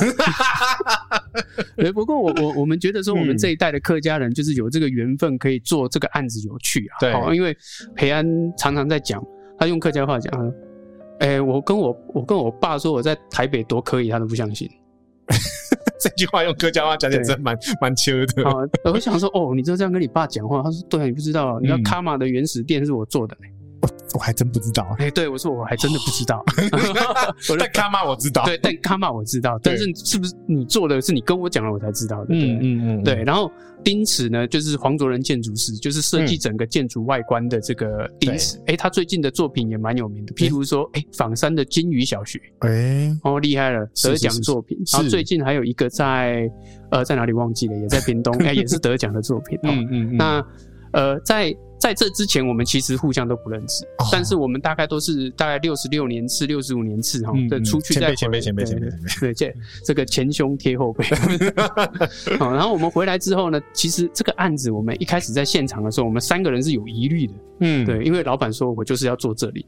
B: 对，不过我我我们觉得说，我们这一代的客家人就是有这个缘分，可以做这个案子有趣啊。
A: 对
B: 好因为培安常常在讲，他用客家话讲，他说哎、我跟我我跟我爸说我在台北多可以，他都不相信。
A: 这句话用客家话讲起来真蛮蛮秋的，
B: 啊，我想说，哦，你就这样跟你爸讲话，他说对啊，你不知道啊，你知道
A: 嗯
B: 卡玛的原始店是我做的呢、
A: 我还真不知道。
B: 哎、对我说我还真的不知道。我就
A: 但干妈我知道，
B: 哦对，但卡玛我知 道，但是是不是你做的是你跟我讲了我才知道的？对不对
A: 嗯嗯嗯，
B: 对，，然后丁尺呢，就是黄卓仁建筑师，就是设
A: 嗯
B: 计整个建筑外观的这个丁尺。哎、他最近的作品也蛮有名的，譬如说，哎，仿山的金鱼小学，
A: 哎，
B: 哦，厉害了，
A: 是
B: 得
A: 是
B: 奖
A: 是
B: 作品。
A: 是
B: 然后最近还有一个在呃在哪里忘记了，也在 屏东，哎，也是得奖的作品。哦、
A: 嗯嗯，
B: 那呃在。在这之前，我们其实互相都不认识，
A: 哦
B: 但是我们大概都是大概六十六年次、六十五年次哈，
A: 嗯
B: 对，
A: 嗯
B: 出去
A: 前
B: 再
A: 辈前辈
B: 回
A: 前辈
B: 对
A: 前辈
B: 对
A: 前辈，
B: 对，这这个前胸贴 后背。 好，然后我们回来之后呢，其实这个案子我们一开始在现场的时候，我们三个人是有疑虑的，
A: 嗯，
B: 对，因为老板说我就是要做这里，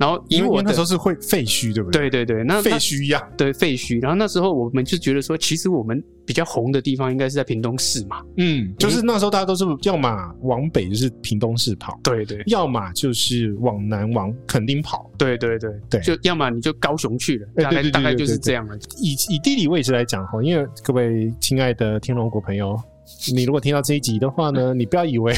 B: 然后以
A: 因为因
B: 我
A: 为那
B: 的
A: 时候是会废墟，对不对？
B: 对对对，那
A: 废
B: 那
A: 墟呀，
B: 对废墟，然后那时候我们就觉得说，其实我们比较红的地方应该是在屏东市嘛，
A: 嗯，就是那时候大家都是要么往北就是屏东市跑，
B: 对对
A: 要么就是往南往垦丁跑。
B: 对对对
A: 对
B: 就要么你就高雄去了，
A: 哎
B: 大
A: 对对
B: 概
A: 对
B: 大概
A: 对
B: 就是
A: 对对
B: 这样了，
A: 以以地理位置来讲哈，因为各位亲爱的天龙国朋友，你如果听到这一集的话呢，你不要以为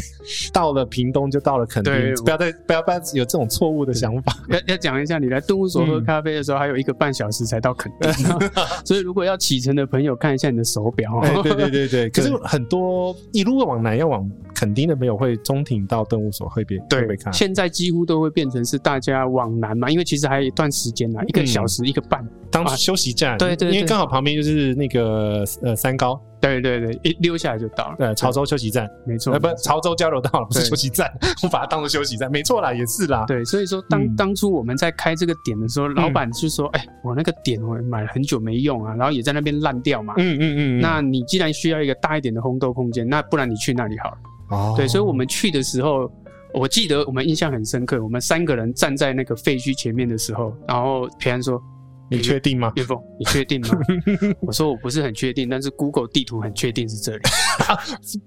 A: 到了屏东就到了垦
B: 对
A: 丁，不要再不要不要有这种错误的想法。
B: 要要讲一下，你来动物所喝
A: 嗯
B: 咖啡的时候，还有一个半小时才到垦丁， 所以如果要启程的朋友，看一下你的手表。
A: 哎，对对对 对，可是很多一路往南要往垦丁的朋友会中庭到动物所会被会被看。
B: 现在几乎都会变成是大家往南嘛，因为其实还有一段时间啦，一个小
A: 嗯
B: 时一个半。
A: 当
B: 啊
A: 休息站，
B: 对对对
A: 因为刚好旁边就是那个呃三高
B: 对对对，一溜下来就到了。
A: 呃潮州休息站，
B: 没错
A: 呃，不潮州交流道不是
B: 对
A: 休息站，我把它当做休息站，没错啦，也是啦，
B: 对，所以说当、
A: 嗯
B: 当初我们在开这个点的时候，老板就说：“哎、我那个点我买了很久没用啊，然后也在那边烂掉嘛。
A: 嗯嗯嗯嗯，
B: 那你既然需要一个大一点的烘豆空间，那不然你去那里好了。
A: 哦
B: 对，所以我们去的时候，我记得我们印象很深刻，我们三个人站在那个废墟前面的时候，然后培安说
A: 你确定吗：“？
B: 岳峰，你确定吗？”我说：“我不是很确定，但是 Google 地图很确定是这里。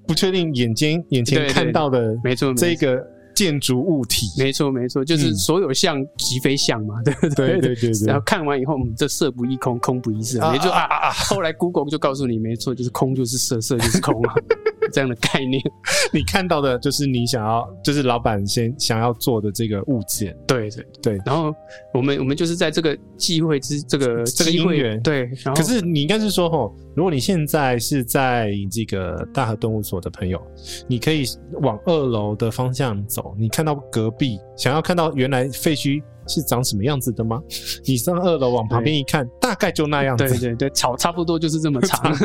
A: 不确定眼睛眼前
B: 对对
A: 看到的”
B: 没错，
A: 这
B: 没错。
A: 个建筑物体，
B: 没错，没错，就是
A: 嗯
B: 所有像即非像嘛，对不
A: 对对对
B: 然
A: 对
B: 后，看完以后，嗯，这色不异空，空不异色，没错啊啊啊！后来 Google 就告诉你，没错，就是空就是色，色就是空 啊，这样的概念。
A: 你看到的就是你想要，就是老板先想要做的这个物件，
B: 对对
A: 对
B: 然后我们我们就是在这个机会之这个
A: 这个
B: 机
A: 因
B: 会
A: 缘
B: 对，然后
A: 可是你应该是说，吼，如果你现在是在这个大和动物所的朋友，你可以往二楼的方向走，你看到隔壁，想要看到原来废墟是长什么样子的吗？你上二楼往旁边一看，大概就那样子。
B: 对对对，草差不多就是这 么长。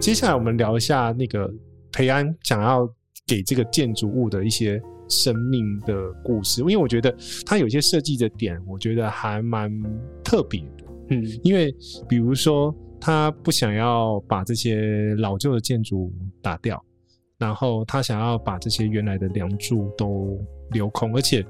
A: 接下来我们聊一下那个培安想要给这个建筑物的一些生命的故事，因为我觉得它有些设计的点，我觉得还蛮特别的。
B: 嗯
A: 因为比如说，他不想要把这些老旧的建筑打掉，然后他想要把这些原来的梁柱都留空，而且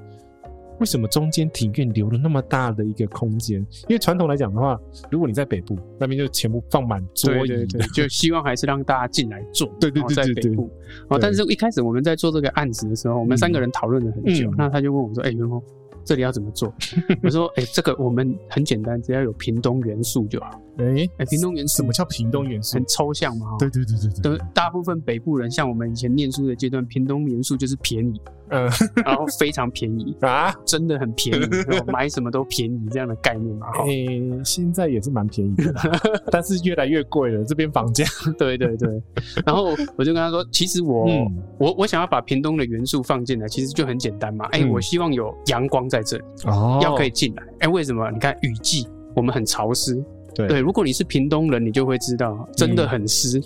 A: 为什么中间庭院留了那么大的一个空间？因为传统来讲的话，如果你在北部那边就全部放满桌
B: 对
A: 椅
B: 对
A: 的
B: 对，就希望还是让大家进来坐。
A: 对对
B: 然后
A: 对
B: 在
A: 对
B: 北
A: 对
B: 部。哦，
A: 对
B: 但是一开始我们在做这个案子的时候，我们三个人讨论了很久。
A: 嗯
B: 那他就问我说：“哎、员工，这里要怎么做？” 我说：“哎、这个我们很简单，只要有屏东元素就好。
A: 哎，
B: 哎、屏东元
A: 什
B: 素
A: 么叫屏东元素
B: 很？抽象嘛，哦
A: 对对对对对
B: 对，，大部分北部人像我们以前念书的阶段，屏东元素就是便宜，
A: 嗯
B: 然后非常便宜，
A: 啊，
B: 真的很便宜， 然后买什么都便宜这样的概念嘛。哦
A: 哎，现在也是蛮便宜的啦，但是越来越贵了，这边房价，
B: 对对对，然后我就跟他说， 其实我、
A: 嗯
B: 我我想要把屏东的元素放进来，其实就很简单嘛。哎、
A: 嗯
B: 我希望有阳光在这里，
A: 哦
B: 要可以进来。哎、为什么？你看雨季我们很潮湿，
A: 对
B: 对，如果你是屏东人，你就会知道真的很湿。
A: 嗯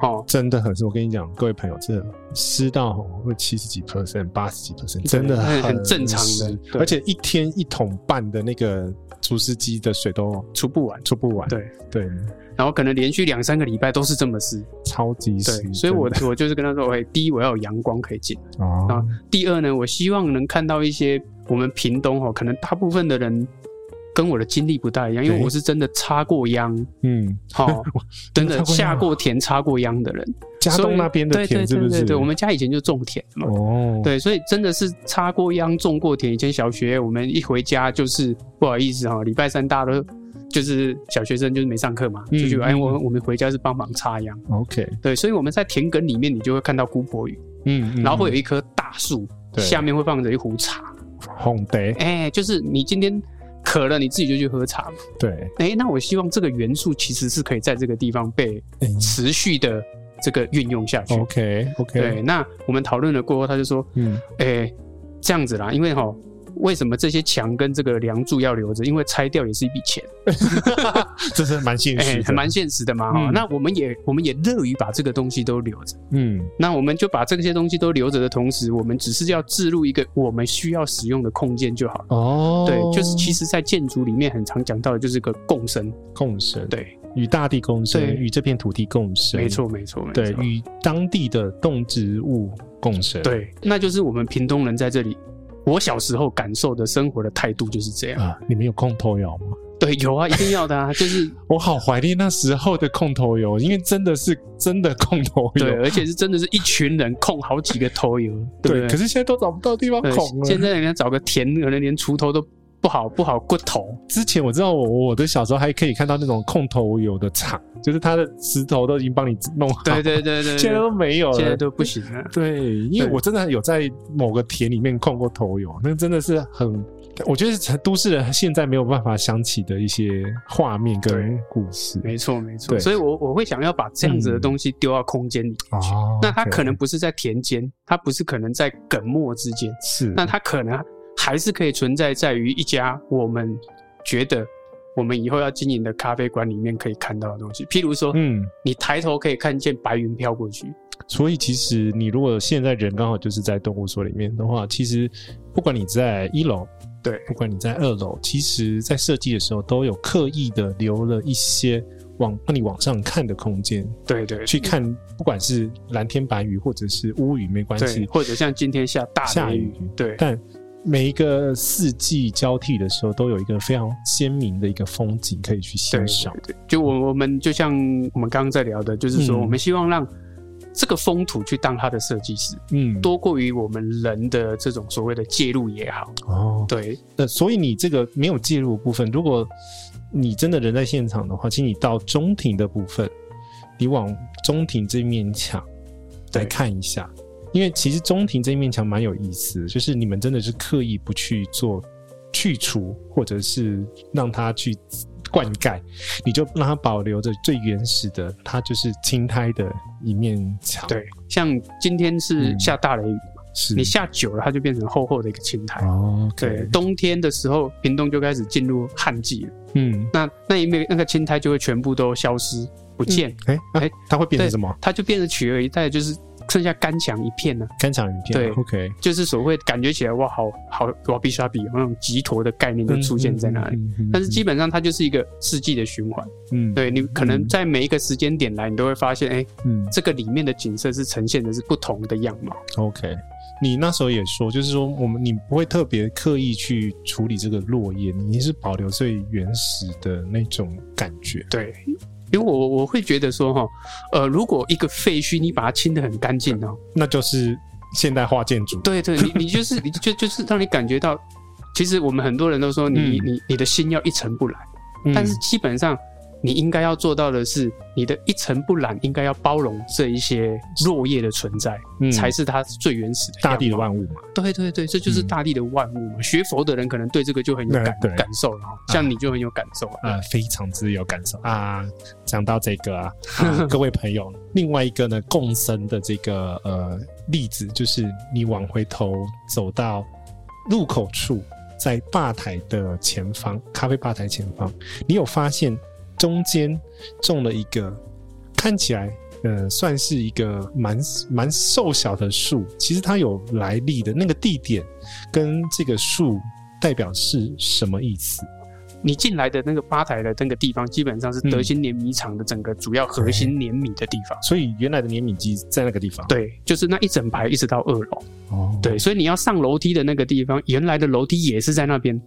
B: 哦，
A: 真的很湿。我跟你讲，各位朋友，这湿到吼会七十几 percent、八十几 percent，真的很
B: 很很正常的
A: 湿
B: 对
A: 而且一天一桶半的那个除湿机的水都
B: 除不完，
A: 出不完，
B: 对
A: 对，
B: 然后可能连续两三个礼拜都是这么湿。
A: 超级湿
B: 对，。所
A: 真
B: 以
A: 的
B: 我我就是跟他说，哎、第一我要有阳光可以进，
A: 哦
B: 啊，第二呢，我希望能看到一些我们屏东哦，可能大部分的人跟我的经历不大一样，因为
A: 对
B: 我是真的插过秧，
A: 嗯，
B: 哦，真的
A: 插过秧啊
B: 下过田、插过秧的人，
A: 加
B: 所以
A: 东那边的
B: 对
A: 田是不
B: 对对
A: 是？
B: 对对，我们家以前就种田嘛。
A: 哦，
B: 对，所以真的是插过秧、种过田。以前小学我们一回家就是不好意思哈、礼拜三大家都就是小学生就是没上课嘛，
A: 嗯
B: 就去哎
A: 嗯
B: 我我们回家是帮忙插秧。
A: ，OK，
B: 对，所以我们在田埂里面你就会看到姑婆芋，
A: 嗯，嗯
B: 然后会有一棵大树，
A: 对
B: 下面会放着一壶茶。
A: 红得，
B: 哎、就是你今天渴了，你自己就去喝茶嘛。
A: 对，
B: 哎、那我希望这个元素其实是可以在这个地方被
A: 哎
B: 持续的这个运用下去。
A: ，OK 哦 OK，
B: 对，那我们讨论了过后，他就说，
A: 嗯，
B: 哎、这样子啦，因为哈。为什么这些墙跟这个梁柱要留着？因为拆掉也是一笔钱，
A: 这是蛮现
B: 哎、
A: 实的，
B: 还蛮现实的嘛。哈、
A: 嗯
B: 那我们也我们也乐于把这个东西都留着。
A: 嗯，
B: 那我们就把这些东西都留着的同时，我们只是要置入一个我们需要使用的空间就好了。
A: 哦，
B: 对，就是其实，在建筑里面很常讲到的就是个共生。
A: 共生，
B: 对，
A: 与大地共生，
B: 对
A: 与这片土地共生，
B: 没错，没错，没错
A: 对，与当地的动植物共生。
B: 对，那就是我们屏东人在这里。我小时候感受的生活的态度就是这样。
A: 啊，你们有空投油吗？
B: 对，有啊，一定要的啊， 就是
A: 我好怀念那时候的空投油，因为真的是真的空投
B: 对，
A: 油。
B: 而且是真的是一群人控好几个头油，对不对？
A: 可是啊现在都找不到地方
B: 对
A: 孔了。
B: 现在人家找个田，可能连锄头都不好，不好过头。
A: 之前我知道我我的小时候还可以看到那种空投油的厂，就是它的石头都已经帮你弄好，
B: 对对对对对，
A: 现在都没有了。
B: 现在都不行了。
A: 对，因为
B: 对
A: 我真的有在某个田里面控过头油，那真的是很，我觉得都市人现在没有办法想起的一些画面跟
B: 对
A: 故事。
B: 没错，没错，
A: 对
B: 所以我我会想要把这样子的
A: 嗯
B: 东西丢到空间里面去。
A: 哦
B: 那它
A: OK
B: 可能不是在田间，它不是可能在梗末之间，
A: 是，
B: 那它可能还是可以存在在于一家我们觉得我们以后要经营的咖啡馆里面可以看到的东西，譬如说，
A: 嗯，
B: 你抬头可以看见白云飘过去，
A: 所以其实你如果现在人刚好就是在动物所里面的话，其实不管你在一楼，
B: 对
A: 不管你在二楼，其实在设计的时候都有刻意的留了一些往让你往上看的空间，
B: 对对，
A: 去看不管是蓝天白云或者是乌云没关
B: 对，
A: 系，
B: 或者像今天下大
A: 下
B: 雷
A: 雨，
B: 对
A: 但每一个四季交替的时候，都有一个非常鲜明的一个风景可以去
B: 对
A: 欣赏
B: 对。对，就我我们就像我们刚刚在聊的，就是说
A: 嗯
B: 我们希望让这个风土去当它的设计师，
A: 嗯，
B: 多过于我们人的这种所谓的介入也好，
A: 哦，
B: 对
A: 呃，所以你这个没有介入的部分，如果你真的人在现场的话，请你到中庭的部分，你往中庭这面墙
B: 对
A: 来看一下，因为其实中庭这面墙蛮有意思的，就是你们真的是刻意不去做去除，或者是让它去灌溉，你就让它保留着最原始的，它就是青苔的一面墙。，
B: 对，像今天是
A: 嗯
B: 下大雷雨嘛，
A: 是
B: 你下久了它就变成厚厚的一个青苔。
A: 哦
B: 对，
A: ，OK，
B: 冬天的时候，屏东就开始进入旱季了，
A: 嗯，
B: 那那一面那个青苔就会全部都消失不见，
A: 哎、啊
B: 哎
A: 它会变成
B: 对
A: 什么？
B: 它就变得取而一代，就是剩下干墙一片呢、
A: 干场影片，
B: 对
A: ，OK，
B: 就是所谓感觉起来哇，好好哇比刷比那种集坨的概念就出现在那里。
A: 嗯？嗯
B: 但是基本上它就是一个世纪的循环，
A: 嗯，
B: 对你可能在每一个时间点来，你都会发现，哎、
A: 嗯
B: 这个里面的景色是呈现的是不同的样貌。
A: ，OK。你那时候也说，就是说我们你不会特别刻意去处理这个落叶，你是保留最原始的那种感觉。
B: 对，因为我我会觉得说哈，呃，如果一个废墟你把它清得很干净哦，
A: 那就是现代化建筑。
B: 对对，你你就是你就就是让你感觉到，其实我们很多人都说你、
A: 嗯
B: 你你的心要一尘不染，
A: 嗯，
B: 但是基本上。你应该要做到的是，你的一尘不染应该要包容这一些落叶的存在，
A: 嗯
B: 才是它最原始的样
A: 大
B: 貌
A: 地的万物嘛。
B: 对对对，这就是
A: 嗯
B: 大地的万物嘛。学佛的人可能对这个就很有
A: 对
B: 感
A: 对
B: 感受了哈，像你就很有感受了。
A: 啊，非常之有感受啊！讲到这个啊，啊各位朋友，另外一个呢，共生的这个呃例子，就是你往回头走到入口处，在吧台的前方，咖啡吧台前方，你有发现中间种了一个看起来。呃，算是一个蛮蛮瘦小的树，其实它有来历的。那个地点跟这个树代表是什么意思？
B: 你进来的那个吧台的那个地方，基本上是
A: 嗯
B: 德兴碾米厂的整个主要核心碾米的地方。
A: 所以原来的碾米机在那个地方。，
B: 对，就是那一整排一直到二楼。
A: 哦，
B: 对，所以你要上楼梯的那个地方，原来的楼梯也是在那边，
A: 哦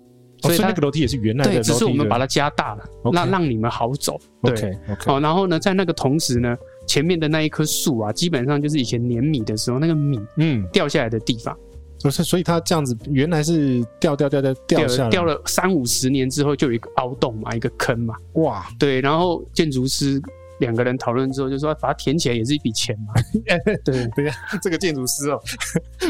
A: 所以
B: 它
A: 那个楼梯也是原来的
B: 对，
A: 楼梯
B: 只
A: 的。
B: 是我们把它加大了，
A: OK
B: 那让你们好走。对，哦
A: OK OK
B: 好，然后呢，在那个同时呢，前面的那一棵树啊，基本上就是以前碾米的时候那个米
A: 嗯，
B: 掉下来的地方。
A: 不哦是，所以它这样子原来是掉掉掉掉掉下来，
B: 掉了三五十年之后，就有一个凹洞嘛，一个坑嘛。
A: 哇！
B: 对，然后建筑师两个人讨论之后，就说啊把它填起来也是一笔钱嘛。对
A: 这个建筑师哦，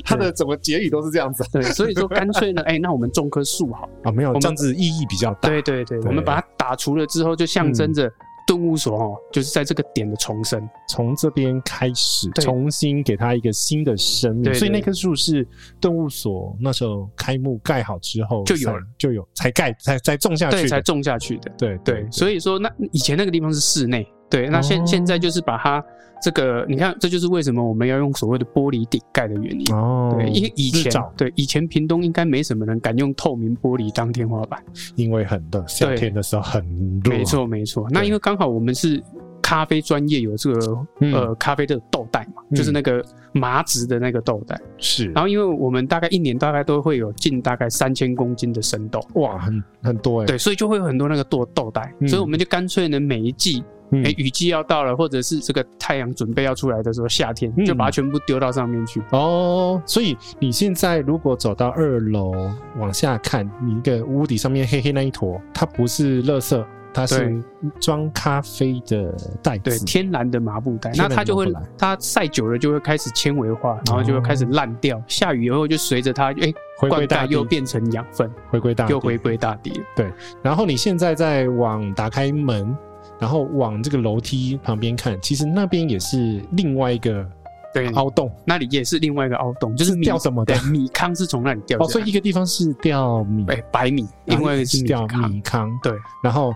A: 他的整个结语都是这样子
B: 对，所以说干脆呢，哎、那我们种棵树好了。
A: 啊，没有
B: 我们
A: 这样子意义比较大。
B: 对对对，
A: 对嗯
B: 我们把它打除了之后，就象征着顿悟所哦，就是在这个点的重生。
A: 从这边开始，
B: 对
A: 重新给他一个新的生命。
B: 对
A: 所以那
B: 对
A: 棵树是动物所那时候开幕盖好之后
B: 就有
A: 才
B: 了
A: 就有才盖才才种下去
B: 对，
A: 的，
B: 才种下去的。
A: 对
B: 对，所
A: 以
B: 以说那以前那个地方是室内，对，那现、
A: 哦
B: 现在就是把它这个，你看，这就是为什么我们要用所谓的玻璃顶盖的原因。
A: 哦，
B: 对，因为以
A: 日
B: 前
A: 照
B: 对以前屏东应该没什么人敢用透明玻璃当天花板，
A: 因为很热，夏天的时候很热，
B: 没错没错。那因为刚好我们是咖啡专业，有这个、
A: 嗯
B: 呃咖啡的豆袋嘛，
A: 嗯
B: 就是那个麻质的那个豆袋。
A: 是
B: 然后因为我们大概一年大概都会有近大概三千公斤的生豆，
A: 哇，很很多哎、
B: 对，所以就会有很多那个豆豆袋，
A: 嗯
B: 所以我们就干脆呢每一季。
A: 嗯
B: 哎，雨季要到了，或者是这个太阳准备要出来的时候，夏天
A: 嗯
B: 就把它全部丢到上面去。
A: 哦，所以你现在如果走到二楼往下看，你一个屋顶上面黑黑那一坨，它不是垃圾，它是装咖啡的袋
B: 对，
A: 子。
B: 天然的麻布袋，
A: 天
B: 那
A: 然的
B: 它就会
A: 麻布袋，哦
B: 它晒久了就会开始纤维化，然后就会开始烂掉。下雨以后就随着它，哎、
A: 回
B: 灌
A: 归大
B: 溉
A: 地，啊
B: 又变成养分，
A: 回归大地，
B: 又回归大地了。
A: 然后你现在再往打开门，然后往这个楼梯旁边看，其实那边也是另外一个
B: 对，
A: 凹洞，
B: 那里也是另外一个凹洞，就是米
A: 掉什么的
B: 对，米糠是从那里掉下来。
A: 哦，所以一个地方是掉米，
B: 哎、白米，因为
A: 是
B: 是米
A: 掉
B: 糠。
A: 米糠，
B: 对，
A: 然后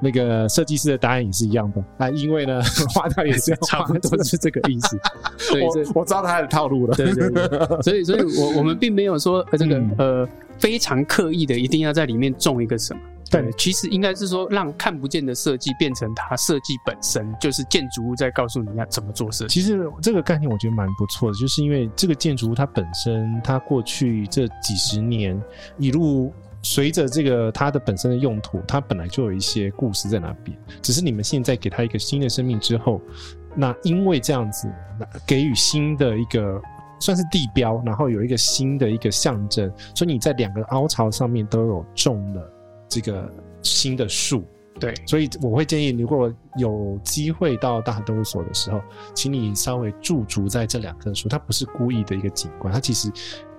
A: 那个设计师的答案也是一样的啊，因为呢， 花掉也是要
B: 差不多是这个意思。 对，
A: 我
B: 这
A: 我知道他的套路了。
B: 对 对对，所以所以我我们并没有说呃这个、
A: 嗯
B: 呃非常刻意的一定要在里面种一个什么。
A: 对
B: 其实应该是说让看不见的设计变成它设计本身，就是建筑物在告诉你要怎么做设计。
A: 其实这个概念我觉得蛮不错的，就是因为这个建筑物它本身，它过去这几十年一路随着这个它的本身的用途，它本来就有一些故事在那边，只是你们现在给它一个新的生命之后，那因为这样子那给予新的一个。算是地标，然后有一个新的一个象征，所以你在两个凹槽上面都有种了这个新的树，
B: 对，
A: 所以我会建议，如果有机会到大动物所的时候，请你稍微驻足在这两棵树，它不是故意的一个景观，它其实，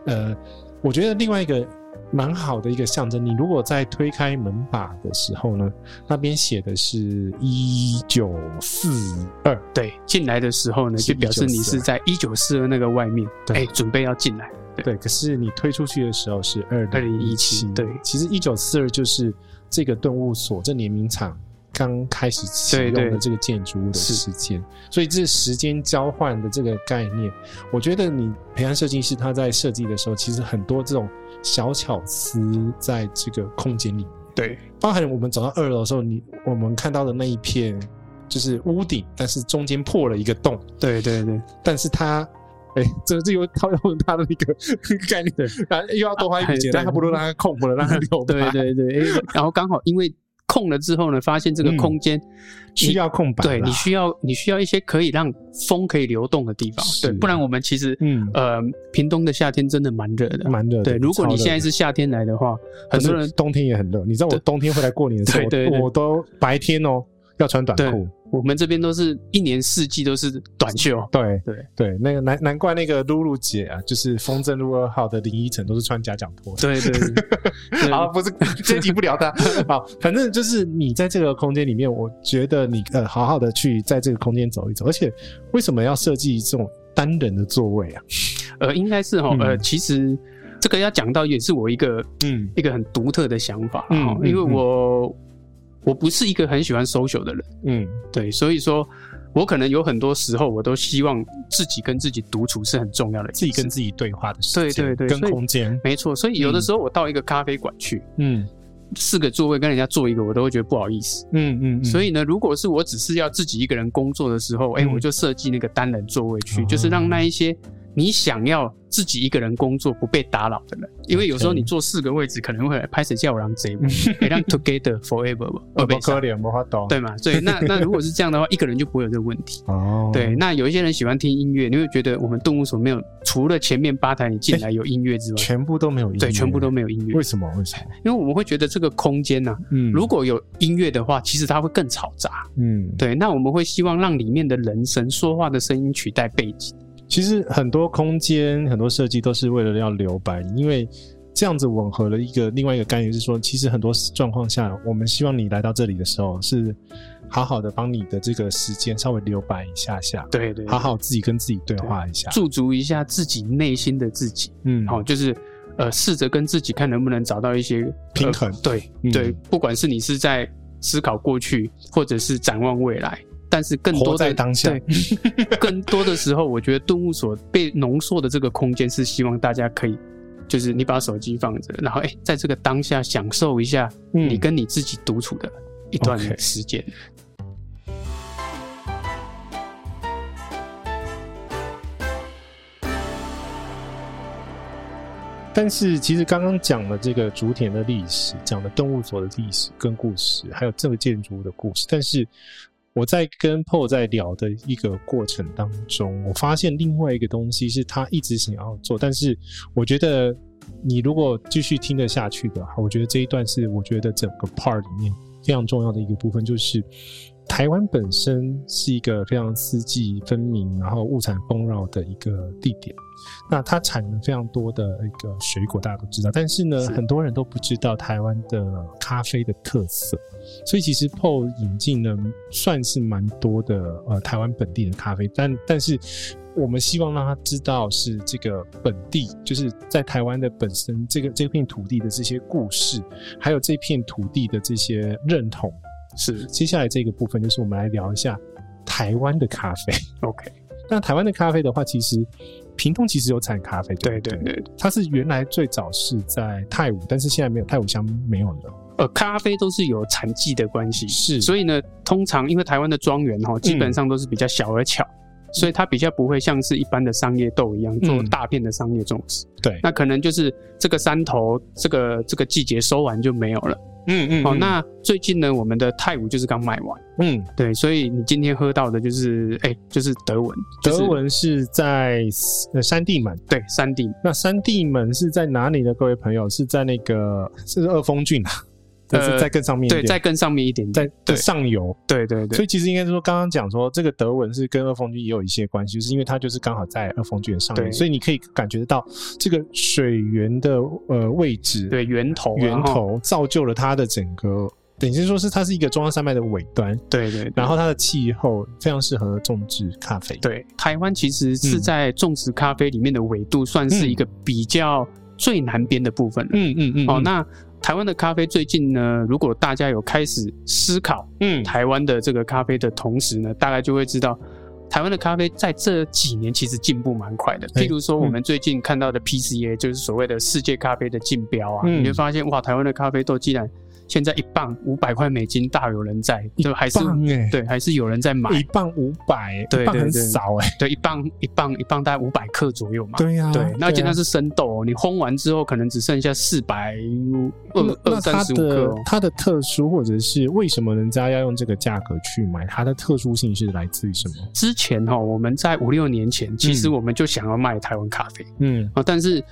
A: 呃，我觉得另外一个蛮好的一个象征。你如果在推开门把的时候呢，那边写的是一九四二，
B: 对，进来的时候呢，
A: 是
B: 就表示你是在一九四二那个外面，
A: 对
B: 哎、准备要进来。
A: 对，可是你推出去的时候是二零一七，
B: 2017对
A: 其实一九四二就是这个动物所这联名厂刚开始启
B: 对
A: 用的
B: 对
A: 这个建筑物的
B: 是
A: 时间，所以这时间交换的这个概念，我觉得你培安设计师他在设计的时候，其实很多这种小巧思在这个空间里，
B: 对，
A: 包含我们走到二楼的时候，你我们看到的那一片就是屋顶，但是中间破了一个洞，
B: 对 对对，
A: 但是它。哎，这这又套用他的一个 概念
B: 对，
A: 然后又要多花一笔钱，
B: 哎对
A: 但他不如让它空，不能让它 留白，
B: 对对对，诶然后刚好因为空了之后呢，发现这个
A: 嗯
B: 空间、
A: 需要空白啦。
B: 对你需要你需要一些可以让风可以流动的地方，
A: 是
B: 对，不然我们其实、
A: 嗯，
B: 呃，屏东的夏天真的蛮热的，
A: 蛮热的。
B: 对，如果你
A: 超热的
B: 现在是夏天来的话，
A: 可
B: 很
A: 是
B: 多人
A: 冬天也很热，你知道我
B: 对
A: 冬天回来过年的时候，
B: 对对对
A: 我我都白天哦要穿短裤。
B: 我们这边都是一年四季都是短袖，
A: 对
B: 对
A: 对，那个难难怪那个露露姐啊，就是风筝路二号的林依晨都是穿夹脚拖。
B: 对对对 对
A: 好，不是 这一集不聊 她。好，反正就是你在这个空间里面，我觉得你呃好好的去在这个空间走一走，而且为什么要设计这种单人的座位啊？
B: 呃，应该是哈，呃，
A: 嗯
B: 其实这个要讲到也是我一个
A: 嗯
B: 一个很独特的想法，
A: 嗯
B: 嗯，
A: 嗯
B: 因为
A: 嗯
B: 我我不是一个很喜欢 social 的人，
A: 嗯，
B: 对，所以说我可能有很多时候我都希望自己跟自己独处是很重要的
A: 自己
B: 一件事，
A: 嗯跟自己对话的时间，
B: 对对对
A: 跟
B: 所以
A: 空间，
B: 没错，所以有的时候我到一个咖啡馆去，
A: 嗯
B: 四个座位跟人家坐一个，我都会觉得不好意思。
A: 嗯嗯，嗯
B: 所以呢，如果是我只是要自己一个人工作的时候，哎、
A: 嗯
B: 我就设计那个单人座位区，
A: 哦
B: 就是让那一些你想要自己一个人工作不被打扰的人，因为有时候
A: OK
B: 你坐四个位置可能会拍谁叫我让贼， 也让 together forever 吧，
A: 呃
B: 会被
A: 不
B: 杀
A: 可怜，没法懂。
B: 哦对嘛？所 以那那如果是这样的话，一个人就不会有这个问题。
A: 哦，
B: 对，那有一些人喜欢听音乐，你会觉得我们动物所没有，除了前面吧台你进来有音乐之外，
A: 全部都没有音乐，
B: 对，全部都没有音乐
A: 为，什么？为什么？
B: 因为我们会觉得这个空间呐、
A: 嗯
B: 如果有音乐的话，其实它会更嘈杂。
A: 嗯，
B: 对，那我们会希望让里面的人声、说话的声音取代背景。
A: 其实很多空间、很多设计都是为了要留白，因为这样子吻合了一个另外一个概念，是说，其实很多状况下，我们希望你来到这里的时候，是好好的帮你的这个时间稍微留白一下下，
B: 对对
A: 好好自己跟自己对话一下。
B: 驻足一下自己内心的自己，
A: 嗯，
B: 好、，就是呃，试着跟自己看能不能找到一些
A: 平衡
B: 呃对、
A: 嗯
B: 对，不管是你是在思考过去，或者是展望未来。但是更多
A: 活
B: 的
A: 在当下
B: 对更多的时候，我觉得动物所被浓缩的这个空间是希望大家可以，就是你把手机放着，然后哎、在这个当下享受一下
A: 嗯
B: 你跟你自己独处的一段
A: OK
B: 时间。
A: 但是其实刚刚讲了这个竹田的历史，讲了动物所的历史跟故事，还有这个建筑物的故事。但是我在跟 Paul 在聊的一个过程当中，我发现另外一个东西是他一直想要做，但是我觉得你如果继续听得下去的话，我觉得这一段是我觉得整个 part 里面非常重要的一个部分，就是。台湾本身是一个非常四季分明，然后物产丰饶的一个地点。那它产了非常多的一个水果，大家都知道，但是呢，
B: 是
A: 很多人都不知道台湾的咖啡的特色，所以其实 PO 引进了算是蛮多的呃台湾本地的咖啡，但但是我们希望让他知道是这个本地，就是在台湾的本身这个这片土地的这些故事，还有这片土地的这些认同。
B: 是
A: 接下来这个部分就是我们来聊一下台湾的咖啡。
B: OK，
A: 那台湾的咖啡的话，其实屏东其实有产咖啡，
B: 对
A: 对不
B: 对对，
A: 它是原来最早是在泰武，但是现在没有泰武乡没有了。
B: 呃，咖啡都是有产季的关系，
A: 是嗯
B: 所以呢，通常因为台湾的庄园哈，基本上都是比较小而巧。所以它比较不会像是一般的商业豆一样做
A: 嗯
B: 大片的商业种植，
A: 对，
B: 那可能就是这个山头这个这个季节收完就没有了。
A: 嗯嗯
B: 哦，那最近呢，我们的泰晤就是刚卖完，
A: 嗯，
B: 对，所以你今天喝到的就是哎、就是德文，就是、
A: 德文是在呃山地门，
B: 对山地，
A: 那山地门是在哪里呢？各位朋友，是在那个是二峰郡啊，但是
B: 呃
A: 在更上面一
B: 对，
A: 点，
B: 再更上面一点
A: 在
B: 点，
A: 在
B: 对
A: 上游。
B: 对对对
A: 所以其实应该是说，刚刚讲说这个德文是跟二峰郡也有一些关系，就是因为它就是刚好在二峰郡的上
B: 对
A: 面，所以你可以感觉得到这个水源的呃位置，
B: 对源头啊
A: 源，
B: 哈
A: 头造就了它的整个，等于是说是它是一个中央山脉的尾端，
B: 对对，对
A: 然后它的气候非常适合种植咖啡。，
B: 对，台湾其实是
A: 嗯
B: 在种植咖啡里面的纬度，算是一个比较最南边的部分了。
A: 嗯嗯嗯
B: 哦，那台湾的咖啡最近呢，如果大家有开始思考
A: 嗯，
B: 台湾的这个咖啡的同时呢，大概就会知道。台湾的咖啡在这几年其实进步蛮快的，
A: 哎
B: 譬如说我们最近看到的 PCA，、就是所谓的世界咖啡的竞标啊，
A: 嗯
B: 你会发现哇，台湾的咖啡豆竟然现在一磅五百块美金，大有人在，就还是
A: 磅哎，
B: 对，还是有人在买，
A: 一磅五百，
B: 对
A: 一磅
B: 对
A: 很
B: 对
A: 少哎，
B: 对，一磅一磅一磅大概五百克左右嘛，
A: 对呀，
B: 对，那而且
A: 对啊
B: 那是生豆、哦，你烘完之后可能只剩下四百二
A: 那
B: 二
A: 那
B: 三
A: 它
B: 十五克、
A: 的
B: 哦。
A: 它的特殊，或者是为什么人家要用这个价格去买？它的特殊性是来自于什么？
B: 之前哈、哦，我们在五六年前，其实
A: 嗯
B: 我们就想要卖台湾咖啡
A: 嗯
B: 啊、但是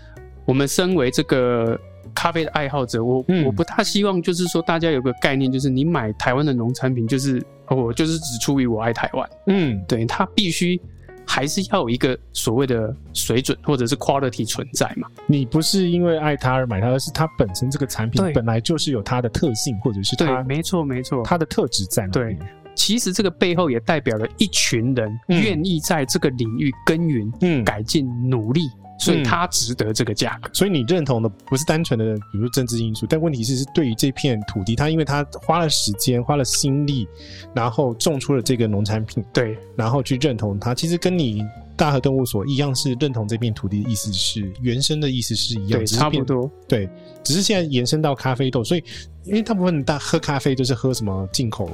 B: 我们身为这个咖啡的爱好者，我、
A: 嗯
B: 我不大希望就是说大家有个概念，就是你买台湾的农产品，就是哦我就是只出于我爱台湾，
A: 嗯，
B: 对，它必须还是要有一个所谓的水准或者是 quality 存在嘛。
A: 你不是因为爱它而买它，而是它本身这个产品
B: 对
A: 本来就是有它的特性，或者是
B: 对，
A: 它
B: 没错没错，
A: 它的特质在那里。
B: 其实这个背后也代表了一群人
A: 嗯
B: 愿意在这个领域耕耘、
A: 嗯，
B: 改进、努力，所以它值得这个价格。
A: 所以你认同的不是单纯的，比如政治因素，但问题是是对于这片土地，它因为它花了时间、花了心力，然后种出了这个农产品，
B: 对
A: 然后去认同它，其实跟你。大和动物所一样是认同这片土地的意思是原生的意思是一样，
B: 对，
A: 只是
B: 差
A: 变
B: 不多。
A: 对，只是现在延伸到咖啡豆，所以因为大部分大喝咖啡就是喝什么进口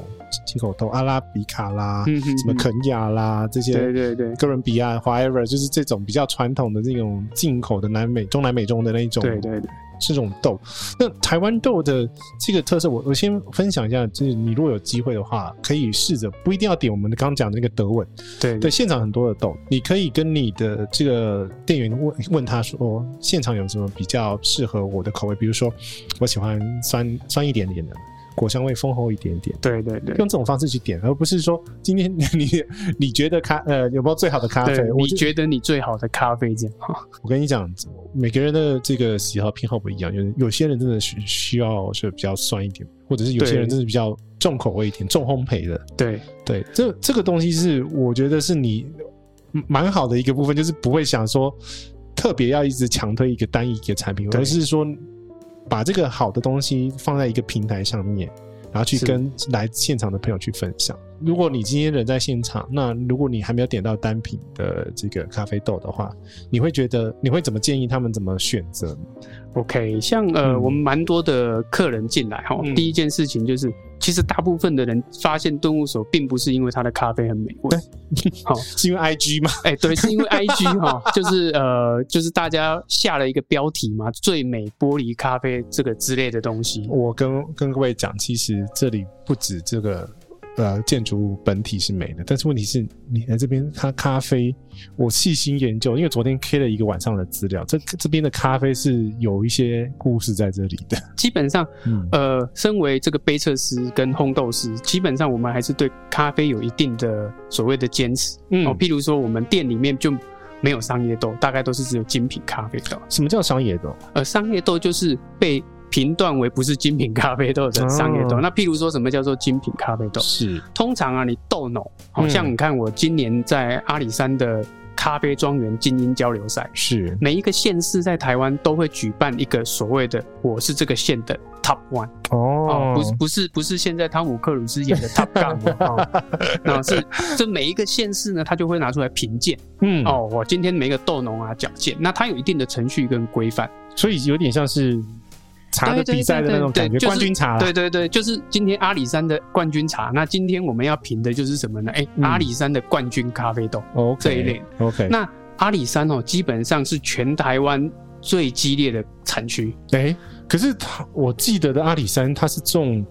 A: 进口豆，阿拉比卡啦，
B: 嗯哼
A: 什么啊
B: 嗯
A: 肯亚啦这
B: 对
A: 些。
B: 对对
A: 哥伦比亚、whatever，就是这种比较传统的这种进口的南美、中南美洲的那一种
B: 对对对，
A: 这种豆。那台湾豆的这个特色，我我先分享一下，就是你如果有机会的话，可以试着不一定要点我们刚刚讲的那个德文，
B: 对
A: 对，现场很多的豆，你可以跟你的这个店员问问他说，哦现场有什么比较适合我的口味？比如说，我喜欢酸酸一点点的，果香味丰厚一点点，
B: 对对对。
A: 用这种方式去点，而不是说今天你 你觉得咖呃有没有最好的咖啡
B: 对？，
A: 我
B: 你
A: 就
B: 觉得你最好的咖啡这样哈？
A: 我跟你讲，每个人的这个喜好偏好不一样，有有些人真的需需要是比较酸一点，或者是有些
B: 对
A: 人真的比较重口味一点、重烘焙的。
B: 对
A: 对，这这个东西是我觉得是你嗯蛮好的一个部分，就是不会想说特别要一直强推一个单一一个产品，
B: 对
A: 而是说把这个好的东西放在一个平台上面，然后去
B: 是
A: 跟来现场的朋友去分享。如果你今天人在现场，那如果你还没有点到单品的这个咖啡豆的话，你会觉得你会怎么建议他们怎么选择？
B: ，OK，像呃，
A: 嗯
B: 我们蛮多的客人进来哈，
A: 嗯
B: 第一件事情就是，其实大部分的人发现动物所并不是因为它的咖啡很美味，
A: 是因为 IG 吗？
B: 哎、对，是因为 I G 哈， 就是呃，就是大家下了一个标题嘛，“最美玻璃咖啡”这个之类的东西。
A: 我跟跟各位讲，其实这里不止这个呃建筑物本体是美的，但是问题是你来这边它咖啡，我细心研究，因为昨天 K 了一个晚上的资料，这这边的咖啡是有一些故事在这里的。
B: 基本上，
A: 嗯
B: 呃，身为这个杯测师跟烘豆师，基本上我们还是对咖啡有一定的所谓的坚持。哦，
A: 嗯，
B: 譬如说我们店里面就没有商业豆，大概都是只有精品咖啡豆。
A: 什么叫商业的？
B: 而商业豆就是被评断为不是精品咖啡豆的商业豆。
A: 哦
B: 那譬如说什么叫做精品咖啡豆？
A: 是
B: 通常啊，你豆农，好、
A: 嗯
B: 像你看我今年在阿里山的咖啡庄园精英交流赛，
A: 是，
B: 每一个县市在台湾都会举办一个所谓的“我是这个县的 Top One”，哦，不是不是不是现在汤姆克鲁斯 演的 Top Gun，哦，那是这每一个县市呢，他就会拿出来评鉴。
A: 嗯哦，
B: 哦，我今天每个豆农啊矫健，那它有一定的程序跟规范。
A: 所以有点像是茶的
B: 对对
A: 比赛的
B: 对
A: 那种
B: 对
A: 感觉，
B: 就是
A: 冠军茶啦。
B: 对对对，就是今天阿里山的冠军茶，那今天我们要评的就是什么呢？哎、
A: 嗯
B: 阿里山的冠军咖啡豆。
A: OK
B: 这一类
A: OK，
B: 那阿里山哦，基本上是全台湾最激烈的产区。
A: 哎、可是他我记得的阿里山它是种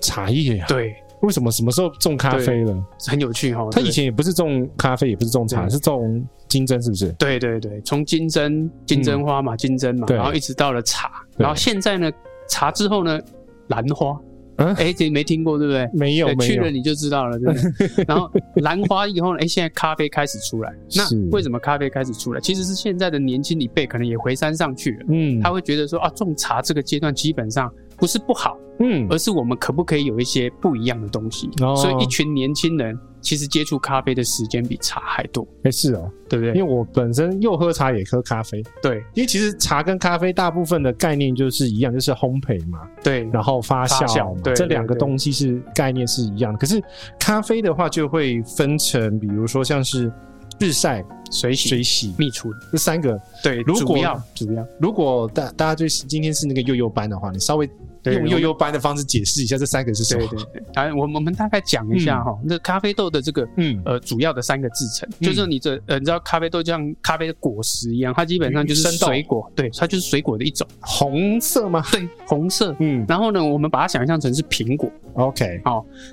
A: 茶叶啊呀、
B: 对，
A: 为什么什么时候种咖啡了？
B: 很有趣哦。
A: 他
B: 对
A: 以前也不是种咖啡，也不是种茶，
B: 对
A: 是种金针，是不是？
B: 对对对，从金针金针花嘛，金针嘛，
A: 嗯对
B: 然后一直到了茶，
A: 对
B: 然后现在呢，茶之后呢，兰花。
A: 嗯
B: 哎、你没听过对不对？
A: 没有，
B: 对，
A: 没
B: 去
A: 有
B: 了，你就知道了，真 的。然后兰花以后呢，哎、现在咖啡开始出来，那
A: 是
B: 为什么咖啡开始出来？其实是现在的年轻一辈可能也回山上去了，
A: 嗯，
B: 他会觉得说啊，种茶这个阶段基本上不是不好，
A: 嗯
B: 而是我们可不可以有一些不一样的东西？
A: 哦
B: 所以一群年轻人其实接触咖啡的时间比茶还多，
A: 哎是哦，
B: 对不
A: 因为
B: 对？
A: 我本身又喝茶也喝咖啡，
B: 对
A: 因为其实茶跟咖啡大部分的概念就是一样，就是烘焙嘛，
B: 对
A: 然后发酵嘛，
B: 发酵对
A: 这两个
B: 对对
A: 东西是概念是一样的。可是咖啡的话就会分成，比如说像是日晒、
B: 水洗
A: 水洗
B: 蜜处理，
A: 这三个。
B: 对，
A: 如果
B: 主要主要
A: 如果大大家对今天是那个幼幼班的话，你稍微
B: 对
A: 用
B: 我
A: 幼
B: 们
A: 幼班的方式解释一下这三个是什么
B: 对？对对，啊，我们我们大概讲一下哈、那咖啡豆的这个
A: 嗯，
B: 呃主要的三个制成，
A: 嗯
B: 就是你这呃你知道咖啡豆就像咖啡的果实一样，它基本上就是
A: 生豆
B: 水果，对，它就是水果的一种，
A: 红色吗？
B: 对，红色。
A: 嗯
B: 然后呢，我们把它想象成是苹果。
A: ，OK，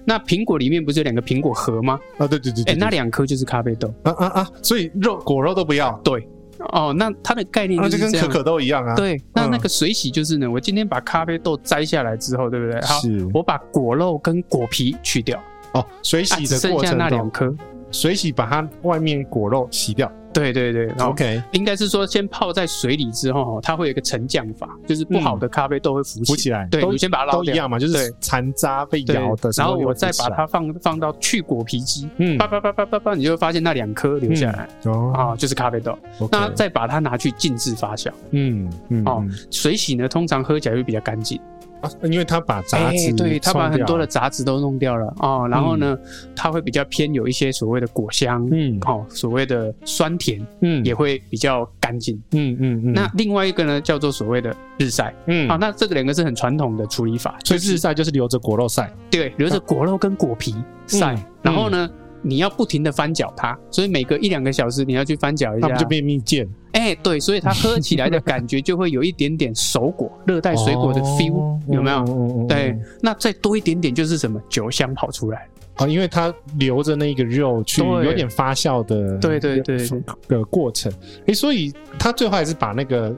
B: 那苹果里面不是有两个苹果核吗？
A: 啊，对对对
B: 哎、
A: 对，
B: 那
A: 对
B: 两颗就是咖啡豆。
A: 啊啊啊，所以肉果肉都不要，
B: 对，哦，那它的概念
A: 那就
B: 就
A: 是跟
B: 这
A: 可
B: 样。
A: 可豆一样啊。，
B: 对，那
A: 嗯
B: 那个水洗就是呢，我今天把咖啡豆摘下来之后，对不对？好，
A: 是
B: 我把果肉跟果皮去掉，
A: 哦，水
B: 啊
A: 洗
B: 只
A: 的
B: 剩
A: 过
B: 下
A: 程
B: 那两
A: 中，
B: 颗。
A: 水洗把它外面果肉洗掉。
B: 对对对，然后
A: OK，
B: 应该是说先泡在水里之后，哦它会有一个沉降法，就是不好的咖啡豆会浮起。
A: 浮起来，
B: 对，
A: 都
B: 你先把它捞
A: 都一
B: 掉。
A: 样嘛，就是
B: 对
A: 残渣被
B: 对
A: 咬的，时
B: 然
A: 候
B: 后我
A: 又
B: 再
A: 浮
B: 把
A: 起来
B: 它放放到去果皮机，
A: 嗯
B: 叭叭叭叭叭叭，你就会发现那两颗留下来
A: 哦，
B: 啊，就是咖啡豆。
A: OK
B: 那再把它拿去静置发酵，
A: 嗯嗯
B: 哦
A: 嗯
B: 水洗呢通常喝起来会比较干净。
A: 啊因为它把杂
B: 哎
A: 质
B: 对，它把
A: 冲
B: 很
A: 掉
B: 多的杂质都弄掉了哦。然后呢，它会比较偏有一些所谓的果香，
A: 嗯
B: 哦，所谓的酸甜
A: 嗯
B: 也会比较干净。
A: 嗯嗯嗯
B: 那另外一个呢，叫做所谓的日晒。
A: 嗯
B: 好、那这个两个是很传统的处理法，
A: 所以
B: 就是
A: 日晒就是留着果肉晒，
B: 对留着果肉跟果皮晒，
A: 嗯
B: 然后呢，你要不停的翻搅它，所以每隔一两个小时你要去翻搅一
A: 那
B: 下
A: 不。就变蜜饯
B: 哎、对，所以它喝起来的感觉就会有一点点熟果、热带水果的 feel，、
A: 哦
B: 有没有？
A: 嗯嗯
B: 对
A: 嗯，
B: 那再多一点点就是什么酒香跑出来，
A: 哦，因为它留着那个肉去
B: 对
A: 有点发酵的，
B: 对对对对
A: 的过程。诶，所以它最后还是把那个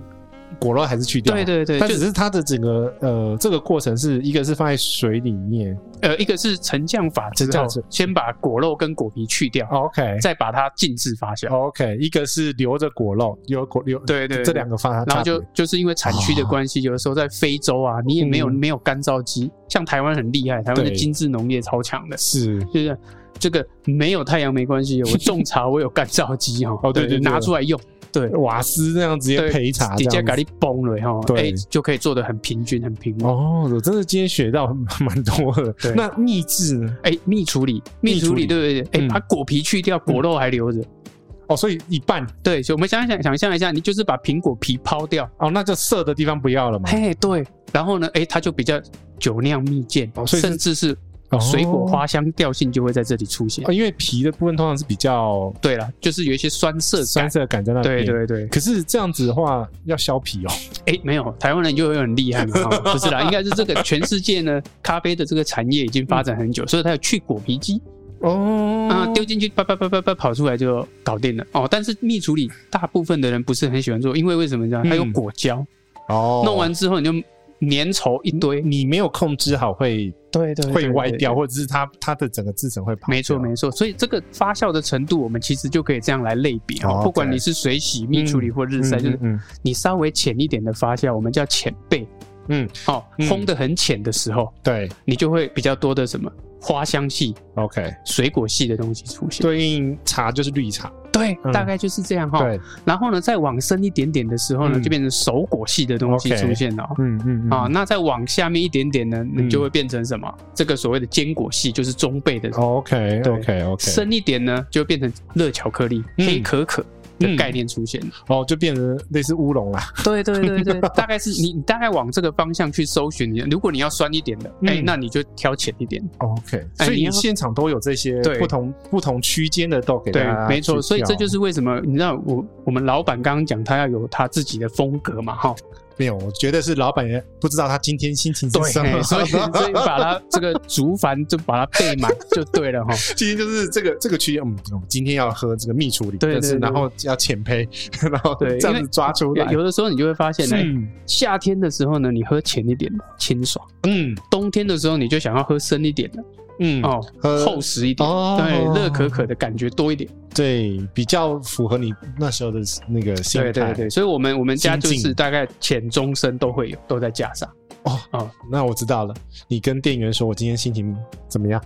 A: 果肉还是去掉，
B: 对对对，
A: 但
B: 就
A: 只是它的整个呃这个过程是一个是放在水里面
B: 呃，一个是沉降法之
A: 沉
B: 后
A: 降是，
B: 先把果肉跟果皮去掉，
A: ，OK
B: 再把它静置发酵，
A: OK，一个是留着果肉，留果留
B: 对对对
A: 哦这两个方向，
B: 然后就就是因为产区的
A: 哦
B: 关系，有的时候在非洲啊，你也没有、
A: 嗯
B: 没有干燥机，像台湾很厉害，台湾的
A: 对
B: 精致农业超强的，
A: 是
B: 就是这个没有太阳没 关系，我种茶我有干燥机哈，
A: 哦对对对
B: 拿出来用，对，
A: 瓦斯那样直接
B: 对
A: 陪茶
B: 底
A: 这
B: 下
A: 样
B: 咖
A: 子。
B: 喱崩了哈，
A: 对
B: 哎就可以做的很平均很平稳。
A: 哦，我真的今天学到蛮多的。
B: 对
A: 那秘制呢？
B: 哎，蜜处理，
A: 蜜
B: 蜜处理，
A: 处
B: 对不对？哎，
A: 嗯
B: 把果皮去掉，果肉还留着。
A: 哦，所以一半
B: 对，所以我们想想想象一下，你就是把苹果皮抛掉，
A: 哦，那就色的地方不要了嘛。
B: 嘿，对，然后呢，哎，它就比较酒酿蜜饯，
A: 哦所以是
B: 甚至是
A: 哦
B: 水果花香调性就会在这里出现。
A: 哦，因为皮的部分通常是比较
B: 对了，就是有一些酸涩感。
A: 酸涩感在那里。
B: 对。对对，
A: 可是这样子的话，要削皮哦。
B: 哎、没有，台湾人就会很厉害嘛、 哦，不是啦，应该是这个全世界呢，咖啡的这个产业已经发展很
A: 嗯
B: 久，所以它有去果皮机
A: 哦
B: 啊，丢进去，叭叭叭叭叭跑出来就搞定了哦。但是蜜处理大部分的人不是很喜欢做，因为为什么呢？它有
A: 嗯
B: 果胶，
A: 哦
B: 弄完之后你就粘稠一堆，
A: 你没有控制好会
B: 对对
A: 会歪掉，。或者是它它的整个制成会跑掉。
B: 没错，没错。所以这个发酵的程度，我们其实就可以这样来类比
A: 哦
B: 哦，
A: ，OK
B: 不管你是水洗、蜜处理或日晒，
A: 嗯
B: 就是
A: 嗯
B: 你稍微浅一点的发酵，我们叫浅焙。
A: 嗯，
B: 哦，
A: 嗯
B: 烘的很浅的时候，
A: 对
B: 你就会比较多的什么花香系、
A: ，OK，
B: 水果系的东西出现。
A: 对应茶就是绿茶，
B: 对，
A: 嗯
B: 大概就是这样哈。
A: 对，
B: 然后呢，再往深一点点的时候呢，
A: 嗯
B: 就变成熟果系的东西
A: OK
B: 出现了哦。
A: 嗯嗯
B: 啊，，那再往下面一点点呢，你
A: 嗯
B: 就会变成什么？这个所谓的坚果系，就是中焙的
A: OK
B: 对
A: OK OK，
B: 深一点呢，就变成热巧克力、
A: 嗯
B: 黑可可的概念出现了。
A: 哦，就变成类似乌龙啦。
B: 对对对对， 大概是你你大概往这个方向去搜寻。如果你要酸一点的，
A: 嗯
B: 哎、那你就挑浅一点。
A: OK，
B: 哎
A: 所以
B: 你
A: 你
B: 要
A: 现场都有这些
B: 对
A: 不同不同区间的豆给大
B: 对
A: 家，
B: 没错。
A: 去
B: 所以这
A: 挑
B: 就是为什么你知道我我们老板刚刚讲他要有他自己的风格嘛，哈。
A: 没有，我觉得是老板也不知道他今天心情是什
B: 哎
A: 么，
B: 所以所以把他这个竹筏就把它备满就对了哈。
A: 今天就是这个这个区间，嗯，我们今天要喝这个蜜处理，
B: 对对
A: 但是
B: 对
A: 然后要浅焙， 然后
B: 对
A: 这
B: 因
A: 样
B: 为
A: 子抓出来
B: 有。有的时候你就会发现，哎、
A: 嗯
B: 夏天的时候呢，你喝浅一点的清爽；
A: 嗯
B: 冬天的时候，你就想要喝深一点的
A: 嗯，
B: 哦，
A: 喝
B: 厚实一点，
A: 哦
B: 对，热可可的感觉多一点。
A: 对，比较符合你那时候的那个心态。
B: 对对对，所以我们我们家就
A: 心境
B: 是大概浅中深都会有，都在架上。
A: 哦
B: 哦
A: 那我知道了。你跟店员说我今天心情怎么样？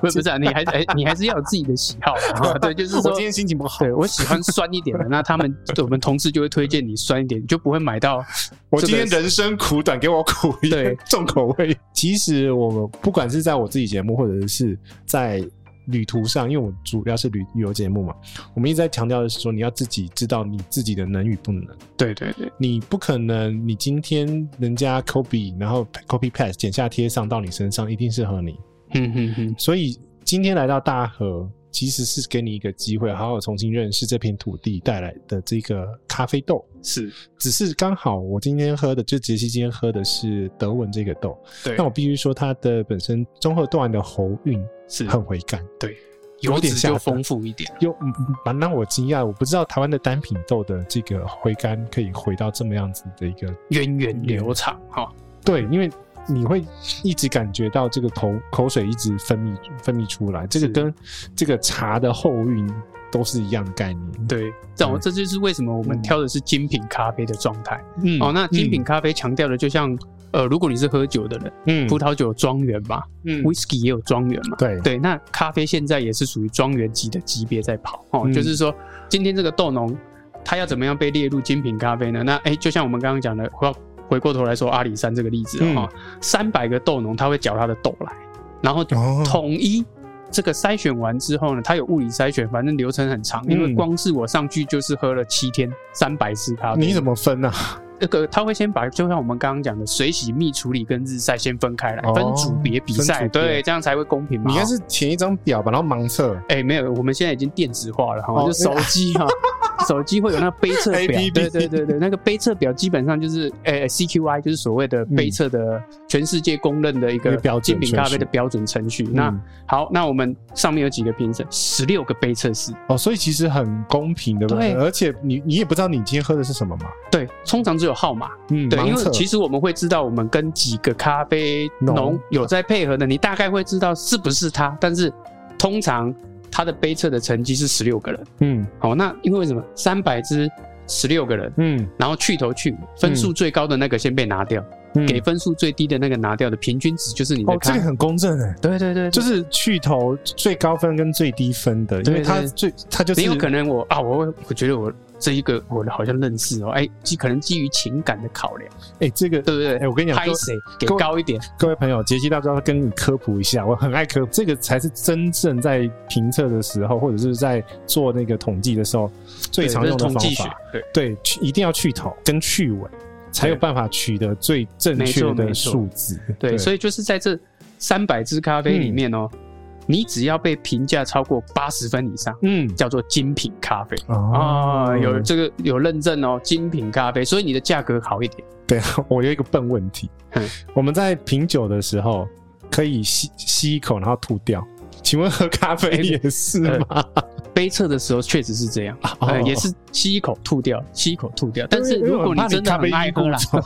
B: 不是啊，你还哎，你还是要有自己的喜好啊。对，就是
A: 我
B: 说
A: 今，天心情不好，
B: 对我喜欢酸一点的，那他们对我们同事就会推荐你酸一点，你就不会买到
A: 我今天人生苦短，给我苦一点
B: 对，
A: 重口味。 其实我们不管是在我自己节目，或者是在旅途上，因为我主要是旅旅游节目嘛，我们一直在强调的是说，你要自己知道你自己的能与不能。
B: 对对对
A: 你不可能，你今天人家 copy，然后 copy paste 剪下贴上到你身上，一定适合你。
B: 嗯嗯嗯，
A: 所以今天来到大和，其实是给你一个机会，好好重新认识这片土地带来的这个咖啡豆。
B: 是
A: 只是刚好我今天喝的，就杰西今天喝的是德文这个豆，
B: 对
A: 那我必须说它的本身综合段的喉韵
B: 是
A: 很回甘，
B: 油
A: 有点
B: 脂
A: 下
B: 就
A: 饭
B: 丰富一点，
A: 又嗯蛮让我惊讶，我不知道台湾的单品豆的这个回甘可以回到这么样子的一个
B: 源远流长哈。
A: 对，因为你会一直感觉到这个口口水一直分泌分泌出来，这个
B: 是
A: 跟这个茶的后韵都是一样的概念。
B: 对，这我这就是为什么我们挑的是精品咖啡的状态。
A: 嗯
B: 哦，那精品咖啡强调的就像呃，如果你是喝酒的人，
A: 嗯
B: 葡萄酒有庄园嘛
A: 嗯
B: ，whisky 也有庄园嘛。
A: 对
B: 对，那咖啡现在也是属于庄园级的级别在跑哦，
A: 嗯
B: 就是说今天这个豆农他要怎么样被列入精品咖啡呢？那哎，就像我们刚刚讲的，回回过头来说阿里山这个例子
A: 嗯
B: 哦，三百个豆农他会缴他的豆来，然后
A: 哦
B: 统一。这个筛选完之后呢，它有物理筛选，反正流程很长，因为
A: 嗯
B: 光是我上去就是喝了七天三百支咖啡。
A: 你怎么分啊呢、
B: 那个他会先把，就像我们刚刚讲的，水洗、蜜处理跟日晒先分开来，
A: 哦
B: 分组别比赛，
A: 分组别
B: 对，这样才会公平嘛。
A: 你应该是填一张表吧，然后盲测
B: 哎、没有，我们现在已经电子化了哈，
A: 哦
B: 就手 机哈，手机会有那个杯测表，
A: APP
B: 对对对对，那个杯测表基本上就是呃 CQI，就是所谓的杯测的全世界公认的
A: 嗯
B: 一
A: 一
B: 个
A: 个标准
B: 精品咖啡
A: 程序
B: 的标准程序。那
A: 嗯
B: 好，那我们上面有几个评审，十六个杯测师，
A: 哦，所以其实很公平，对不对？
B: 对
A: 而且你你也不知道你今天喝的是什么嘛，
B: 对，通常只有号码，
A: 嗯，
B: 对，因
A: 盲
B: 为
A: 测
B: 其实我们会知道我们跟几个咖啡农
A: 农
B: 有在配合的，你大概会知道是不是他，但是通常他的杯测的成绩是十六个人。
A: 嗯
B: 好，那因为什么？三百支十六个人，
A: 嗯
B: 然后去头去尾，分数最高的那个先被拿掉，
A: 嗯
B: 给分数最低的那个拿掉的平均值就是你的
A: 哦，
B: 咖
A: 这个。很公正哎。
B: 对对对，
A: 就
B: 就是
A: 去头最高分跟最低分的，因
B: 对
A: 为它
B: 对
A: 最它就是
B: 很有可能我啊，我会我觉得我这一个我好像认识哦，哎，基可能基于情感的考量，
A: 哎，这个
B: 对不对？
A: 哎，我跟你讲，
B: 拍
A: 各位
B: 谁给
A: 各位
B: 高一点？
A: 各位朋友，杰西大招跟你科普一下，我很爱科普，这个才是真正在评测的时候，或者是在做那个统计的时候最
B: 对
A: 常
B: 这
A: 用
B: 是
A: 的方
B: 统计学
A: 法。，
B: 对。
A: 对，去一定要去头跟去尾，才有办法取得最正
B: 没错
A: 确的
B: 没错
A: 数字。
B: 对，所以就是在这三百支咖啡里面
A: 嗯
B: 哦，你只要被评价超过八十分以上，
A: 以嗯
B: 叫做精品咖啡。
A: 啊
B: 啊，有这个有认证哦，精品咖啡，所以你的价格好一点。
A: 对，哦 我有一个笨问题
B: 嗯，
A: 我们在品酒的时候可以吸吸一口然后吐掉，请问喝咖啡
B: 哎
A: 也是
B: 呃
A: 吗？
B: 杯测的时候确实是这样，
A: 哦
B: 呃也是吸一口吐掉，吸一口吐掉。但是
A: 因为
B: 如
A: 我
B: 果
A: 怕
B: 你真的
A: 咖啡
B: 很爱
A: 因
B: 喝
A: 过
B: 啦，
A: 重，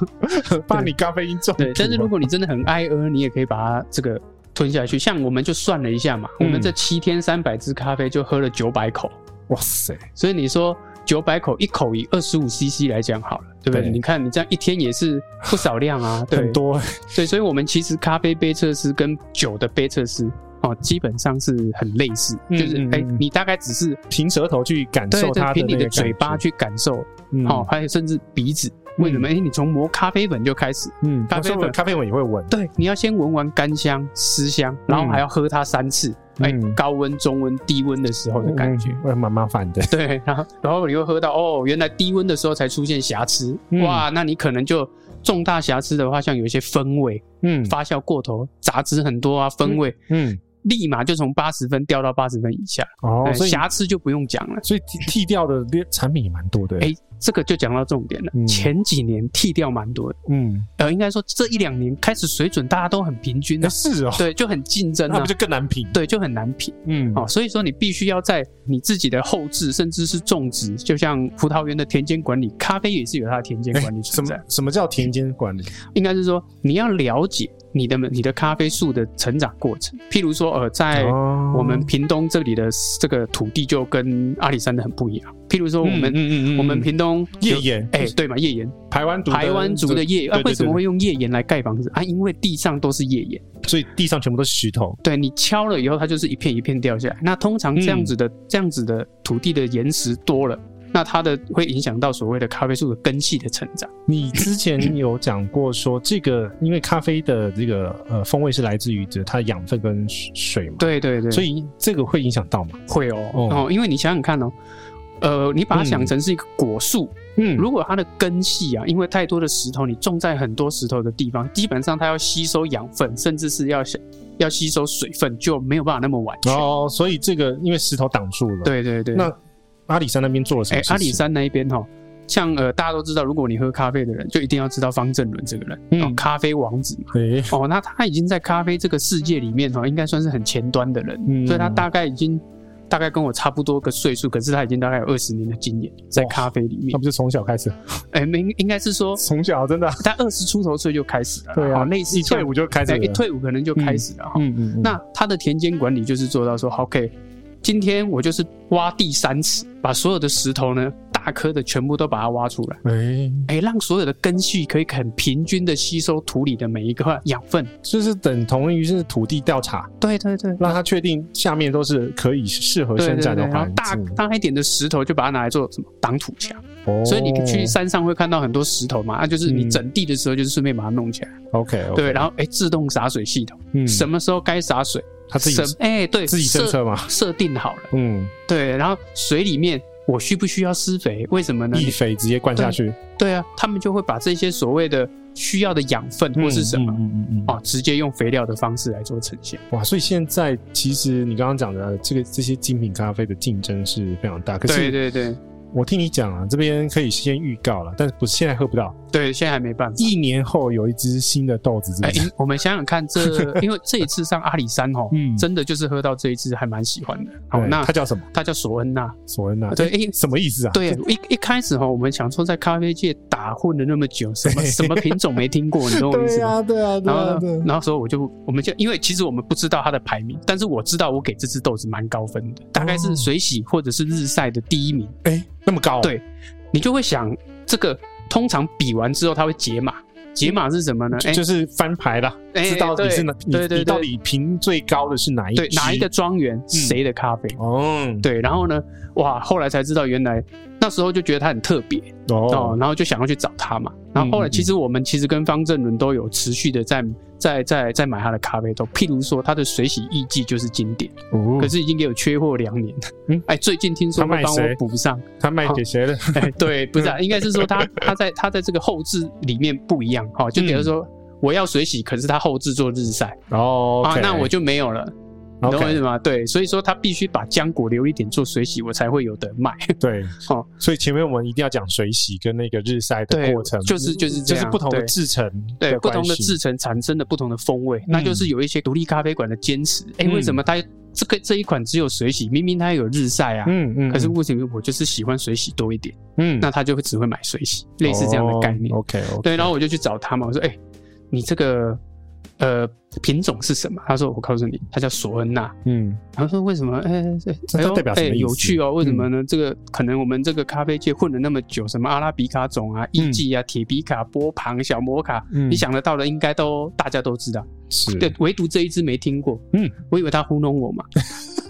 A: 怕你咖啡因中毒
B: 对，但是如
A: 啊
B: 果你真的很爱喝，你也可以把它这个吞下去。像我们就算了一下嘛，我们
A: 嗯
B: 这七天三百支咖啡就喝了九百口，
A: 哇塞，
B: 所以你说九百口一口以二十五 CC 来讲好了，对不对？
A: 对
B: 你看你这样一天也是不少 量啊，对
A: 很多
B: 对，所以我们其实咖啡杯测师跟酒的杯测师哦，基本上是很类似，
A: 嗯
B: 就是
A: 嗯
B: 哎、
A: 嗯
B: 你大概只是
A: 凭舌头去感
B: 对
A: 受它
B: 对，凭你
A: 那
B: 的
A: 个
B: 嘴巴
A: 感觉
B: 去感受、
A: 嗯
B: 哦，还有甚至鼻子，为什么？哎、你从磨咖啡粉就开始。
A: 嗯，
B: 咖
A: 咖
B: 啡
A: 啡
B: 粉
A: 粉咖啡粉也会闻，
B: 对，你要先闻完干香、湿香，然后还要喝它三次。哎、
A: 嗯
B: 高温、中温、低温的时候的感觉，
A: 嗯会蛮麻烦的。
B: 对，然后然后你会喝到哦，原来低温的时候才出现瑕疵，
A: 嗯
B: 哇，那你可能就重大瑕疵的话，像有一些风味，
A: 嗯
B: 发酵过头，杂质很多啊，风味、
A: 嗯，
B: 立马就从八十分掉到八十分以下，
A: 哦
B: 哎，
A: 所以
B: 瑕疵就不用讲了。
A: 所以剃剃掉的产品也蛮多的。
B: 哎、这个就讲到重点了。
A: 嗯
B: 前几年剃掉蛮多的，
A: 嗯，
B: 呃，应该说这一两年开始水准大家都很平均
A: 那
B: 了、
A: 是哦，
B: 对，就很竞争
A: 那
B: 啊
A: 不，就更难评？
B: 对，就很难评。
A: 嗯，
B: 哦，所以说你必须要在你自己的后置，甚至是种植，就像葡萄园的田间管理，咖啡也是有它的田间
A: 哎
B: 管理
A: 什
B: 存在。
A: 么什么叫田间管理？
B: 应该是说你要了解你的你的咖啡树的成长过程，譬如说，呃，在
A: 哦
B: 我们屏东这里的这个土地就跟阿里山的很不一样。譬如说我们、
A: 嗯
B: 我们屏东
A: 页
B: 有，
A: 岩，
B: 哎、对嘛，页岩，
A: 台湾族
B: 台湾族的页岩，啊
A: 对，对
B: 为什么
A: 对
B: 会用页岩来盖房子啊？因为地上都是页岩，
A: 所以地上全部都是石头，
B: 对你敲了以后，它就是一片一片掉下来。那通常这样子的、
A: 嗯
B: 这样子的土地的岩石多了，那它的会影响到所谓的咖啡树的根系的成长。
A: 你之前有讲过说，这 个因为咖啡的这个呃风味是来自于这它的养分跟水嘛，
B: 对对对，
A: 所
B: 以
A: 以这个会影响到嘛？
B: 会哦
A: 哦
B: 哦因为你想想看哦。呃，你把它想成是一个果树，
A: 嗯
B: 如果它的根系啊，因为太多的石头，你种在很多石头的地方，基本上它要吸收养分，甚至是要要吸收水分，就没有办法那么完全。
A: 哦，所以这个因为石头挡住了，，
B: 对对对，
A: 那阿里山那边做了什
B: 哎、
A: 么事情？
B: 阿里山那一边哈，像呃，大家都知道，如果你喝咖啡的人，就一定要知道方正伦这个人，
A: 嗯
B: 哦，咖啡王子嘛。
A: 哎，
B: 哦，那他已经在咖啡这个世界里面哦，应该算是很前端的人，
A: 嗯
B: 所以他大概已经大概跟我差不多个岁数，可是他已经大概有二十年的经验在咖啡里面
A: 嗯那。不是从小开始，
B: 哎，没、应该是说
A: 从小真的啊，
B: 他二十出头岁就开始了啦，
A: 对啊
B: 哦类似
A: 一退
B: 像
A: 伍就开始
B: 哎
A: 了，
B: 一退伍可能就开始了哈。
A: 嗯，嗯嗯，
B: 那他的田间管理就是做到说好，OK，今天我就是挖地三尺，把所有的石头呢，大颗的全部都把它挖出来，
A: 哎，
B: 哎、让所有的根系可以很平均的吸收土里的每一个养分。
A: 就是等同于是土地调查，
B: 对对对。
A: 让他确定下面都是可以适合
B: 对对
A: 生
B: 对，
A: 长的
B: 然后
A: 环
B: 大
A: 境，
B: 大一点的石头就把它拿来做什么挡土墙，
A: 哦
B: 所以你去山上会看到很多石头嘛，那、啊就是你整地的时候就是顺便把它弄起来，
A: 嗯 OK，
B: 对，然后哎、自动洒水系统，
A: 嗯
B: 什么时候该洒水，
A: 他自己
B: 什哎、对
A: 自己政
B: 设
A: 策嘛，
B: 设定好了，
A: 嗯。
B: 对，然后水里面我需不需要施肥？为什么呢？
A: 一肥直接灌下去，
B: 对啊，他们就会把这些所谓的需要的养分或是什么、
A: 嗯嗯嗯嗯
B: 哦，直接用肥料的方式来做呈现。
A: 哇！所以现在其实你刚刚讲的这个这些精品咖啡的竞争是非常大。可
B: 对
A: 是
B: 对对
A: 我听你讲啊，这边可以先预告了，但是不是现在喝不 到，
B: 对，现在还没办法。
A: 一年后有一支新的豆子，是
B: 哎、
A: 不是？
B: 因我们想想看这， 因为这一次上阿里山哦，
A: 嗯
B: 真的就是喝到这一支还蛮喜欢的。好，
A: 对
B: 那
A: 它叫什么？
B: 他叫索恩娜，
A: 索恩娜？
B: 对
A: 哎
B: 哎
A: 什么意思啊？
B: 对，一一开始哈，我们想说在咖啡界打混了那么久，什么什么品种没听过，你懂我意
A: 对
B: 思吗？
A: 呀，对啊，对
B: 然
A: 啊，
B: 后
A: 对
B: 呢
A: 啊，，
B: 然后说我就我们就因为其实我们不知道它的排名，但是我知道我给这支豆子蛮高分的，大概是水洗或者是日晒的第一名。
A: 哎，那么高，
B: 对你就会想，这个通常比完之后它会解码，解码是什么呢？哎、
A: 就是翻牌啦，
B: 哎
A: 知道你是哪，
B: 对对
A: 你
B: 对
A: 你到底评最高的是哪一嗯
B: 对哪一
A: 支
B: 个？庄园谁的咖啡？
A: 哦，
B: 对，然后呢，哇，后来才知道原来那时候就觉得它很特别哦
A: 哦，，
B: 然后就想要去找它嘛。然后后
A: 嗯
B: 来
A: 嗯
B: 其实我们其实跟方正伦都有持续的在在在在买他的咖啡豆，譬如说他的水洗艺伎就是经典，
A: 哦
B: 可是已经给我缺货两年
A: 嗯。
B: 哎，最近听说
A: 他卖
B: 会帮
A: 谁
B: 我补上，
A: 他卖给谁了？
B: 哎， 对，不是、啊，应该是说他他在他在这个后置里面不一样哈、哦，就比如说。
A: 嗯
B: 我要水洗，可是他后置做日晒
A: 哦
B: 啊，
A: ，OK
B: 那我就没有了，你懂我意
A: OK，
B: 思吗？对，所以说他必须把浆果留一点做水洗，我才会有得卖。
A: 对，
B: 哦
A: 所以前面我们一定要讲水洗跟那个日晒的
B: 对
A: 过程，
B: 就是就是
A: 就
B: 这
A: 是
B: 样
A: 不同的
B: 对
A: 制成
B: 对，不
A: 关
B: 同的
A: 系
B: 制成产生的不同的风味，那就是有一些独立咖啡馆的坚持。哎、
A: 嗯
B: 为什么它这个这一款只有水洗？明明它有日晒啊，
A: 嗯嗯，
B: 可是为什么我就是喜欢水洗多一点？
A: 嗯
B: 那他就会只会买水洗，类似这样的概念。
A: 哦 OK OK，
B: 对，然后我就去找他嘛，我说：“哎、你这个呃品种是什么？”他说：“我告诉你，它叫索恩娜。
A: 嗯”
B: 然后说：“为什么？哎、哎
A: 这
B: 哎呦
A: 代表什
B: 哎、
A: 么意思嗯
B: 有趣哦，为什么呢？这个可能我们这个咖啡界混了那么久，什么阿拉比卡种啊、艺妓啊、铁皮卡、波旁、小摩卡，
A: 嗯
B: 你想得到的应该都大家都知道，
A: 是
B: 对，唯独这一支没听过。
A: 嗯，
B: 我以为他糊弄我 嘛，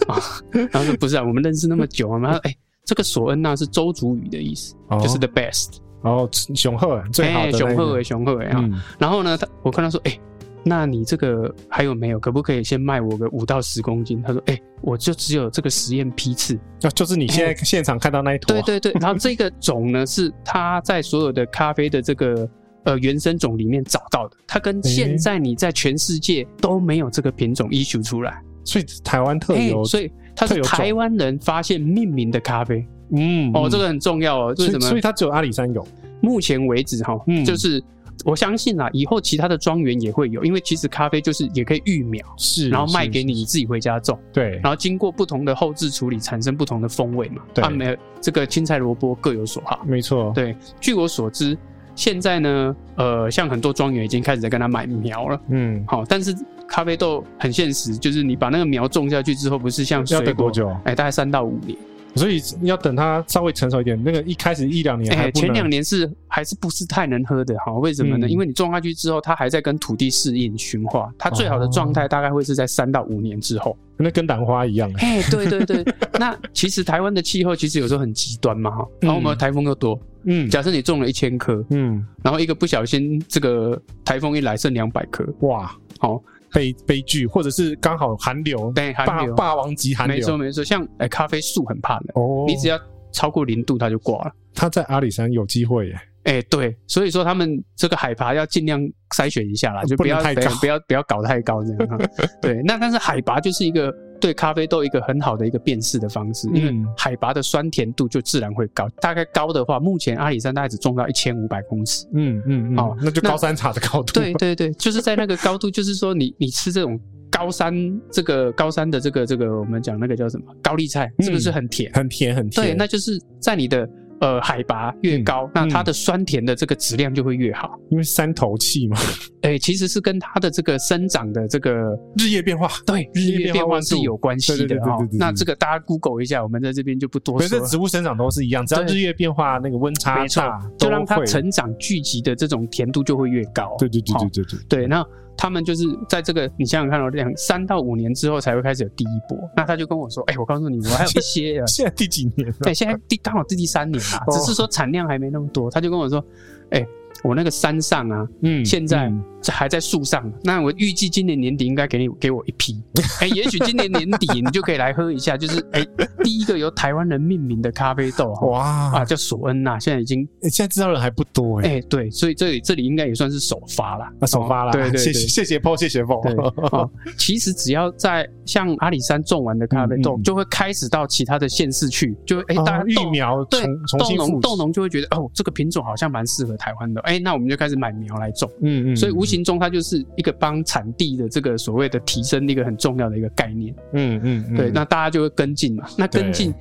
B: 啊，然后说不是啊，我们认识那么久啊，然后哎、这个索恩娜是周族语的意思，
A: 哦
B: 就是 the best，
A: 哦雄鹤最好的
B: 哎雄
A: 那
B: 鹤
A: 个
B: 哎，雄鹤哎啊。
A: 嗯
B: 然后呢，他我跟他说，哎、那你这个还有没有？可不可以先卖我个五到十公斤？他说，哎、我就只有这个实验批次。
A: 那哦就是你现在现场看到那一坨
B: 哎对，对 对，然后这个种呢是他在所有的咖啡的这个呃原生种里面找到的，它跟现在你在全世界都没有这个品种 issue 出来，
A: 所以台湾特
B: 哎
A: 有，
B: 所以它
A: 特
B: 是
A: 有种
B: 台湾人发现命名的咖啡
A: 嗯
B: 哦，这
A: 个
B: 个很重要哦。为什
A: 所以
B: 么？
A: 它只有阿里山有，
B: 目前为止哈、
A: 嗯
B: 就是我相信啦，以后其他的庄园也会有，因为其实咖啡就是也可以育苗，
A: 是
B: 然后卖给你，
A: 是
B: 你自己回家种。
A: 是对
B: 然后经过不同的后置处理，产生不同的风味嘛。
A: 对
B: 啊，没有这个青菜萝卜各有所好。
A: 没错
B: 对，据我所知，现在呢，呃，像很多庄园已经开始在跟他买苗了。
A: 嗯
B: 好，但是咖啡豆很现实，就是你把那个苗种下去之后，不是像
A: 要
B: 水
A: 等
B: 果
A: 多，久？
B: 哎、大概三到五年。
A: 所以要等他稍微成熟一点。那个一开始一两年
B: 哎、
A: 还不
B: 前
A: 能
B: 两年是还是不是太能喝的哈？为什么呢？
A: 嗯
B: 因为你种下去之后，它还在跟土地适应循化，它最好
A: 哦
B: 的状态大概会是在三到五年之后。
A: 那跟兰花一样，
B: 哎、对对对， 那其实台湾的气候其实有时候很极端嘛哈，然后我们台风又多，
A: 嗯
B: 假设你种了一千棵，
A: 嗯，
B: 然后一个不小心这个台风一来剩两百棵，
A: 哇，
B: 哦，
A: 悲悲剧，或者是刚好寒流，
B: 对，寒
A: 霸
B: 流，
A: 霸王级寒
B: 没错
A: 流，
B: 没错，像哎、咖啡树很怕冷，
A: 哦，
B: 你只要超过零度它就挂了。
A: 他在阿里山有机会耶，
B: 哎、对，所以说他们这个海拔要尽量筛选一下啦，就
A: 不
B: 不
A: 能
B: 要
A: 太
B: 不要
A: 高
B: 不要不要搞太高这样哈。对，那但是海拔就是一个对咖啡豆一个很好的一个辨识的方式，因
A: 嗯
B: 为海拔的酸甜度就自然会高。大概高的话，目前阿里山大概只种到一千五百公尺。
A: 嗯嗯嗯，
B: 哦
A: 那就
B: 那
A: 高山茶的高度，
B: 对对对，就是在那个高度，就是说你你吃这种高山这个高山的这个这个我们讲那个叫什么高丽菜，是不是
A: 嗯
B: 很甜？
A: 很甜很甜，
B: 对，那就是在你的呃海拔越
A: 嗯
B: 高，那它
A: 嗯
B: 的酸甜的这个质量就会越好。
A: 因为山头气嘛，
B: 诶、哎其实是跟它的这个生长的这个
A: 日夜变化，
B: 对
A: 日
B: 日
A: 夜
B: 夜
A: 变
B: 变
A: 化
B: 化是
A: 度
B: 有关系
A: 对对
B: 的
A: 对
B: 哈
A: 对对对。
B: 那这个大家 Google 一下，我们在这边就不多
A: 可
B: 说
A: 是
B: 了。
A: 植物生长都是一样，只要
B: 对
A: 日夜变化，那个温差
B: 没错
A: 大，
B: 就
A: 都
B: 让它
A: 会
B: 成长聚集的这种甜度就会越高。
A: 对对对
B: 好
A: 对对对，
B: 对，那他们就是在这个你想想看哦，两三到五年之后才会开始有第一波。那他就跟我说：“哎、我告诉你，我还有一 些啊哎
A: 现在第几年了？
B: 对，现在第刚好是第三年啊，
A: 哦
B: 只是说产量还没那么多。”他就跟我说：“哎、我那个山上啊，
A: 嗯
B: 现在
A: 嗯
B: 这还在树上，那我预计今年年底应该给你给我一 批。哎、也许今年年底你就可以来喝一下，就是哎、第一个由台湾人命名的咖啡豆啊
A: 哇
B: 啊，，叫索恩呐、现在已经
A: 欸现在知道人还不多哎，
B: 哎、对，所以这里这里应该也算是首发啦，
A: 那首发啦，
B: 哦对对对
A: 谢谢谢谢 Paul，谢谢
B: 对
A: Paul，
B: 哦，其实只要在像阿里山种完的咖啡豆，
A: 嗯嗯
B: 就会开始到其他的县市去，就会哎、
A: 哦
B: 大家
A: 育
B: 豆
A: 苗
B: 对
A: 重重
B: 豆
A: 新
B: 农
A: 复
B: 豆农就会觉得哦，这个品种好像蛮适合台湾的，哎、那我们就开始买苗来种。
A: 嗯嗯，
B: 所以无形中它就是一个帮产地的这个所谓的提升一个很重要的一个概念。
A: 嗯嗯嗯
B: 对，那大家就会跟进嘛。那跟进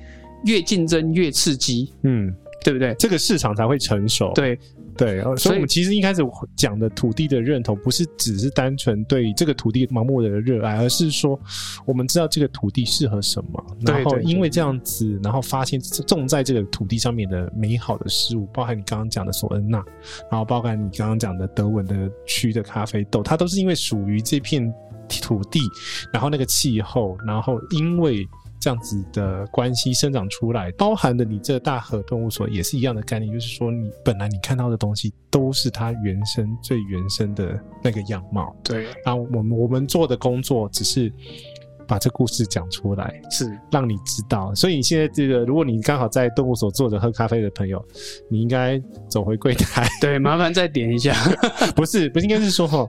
B: 越竞争越刺激，
A: 嗯
B: 对不对？
A: 这个市场才会成熟，
B: 对，
A: 对，呃所以我们其实一开始讲的土地的认同，不是只是单纯对这个土地盲目的热爱，而是说我们知道这个土地适合什么，
B: 对
A: 然后
B: 对对
A: 因为这样子，然后发现种在这个土地上面的美好的事物，包含你刚刚讲的索恩纳，然后包含你刚刚讲的德文的区的咖啡豆，它都是因为属于这片土地，然后那个气候，然后因为这样子的关系生长出来，包含的你这大河动物所也是一样的概念，就是说你本来你看到的东西都是它原生最原生的那个样貌。
B: 对，
A: 那我们我们做的工作只是把这故事讲出来，
B: 是
A: 让你知道。所以你现在这个，如果你刚好在动物所坐着喝咖啡的朋友，你应该走回柜台，
B: 对。麻烦再点一下，
A: 不是，不是，应该是说哈，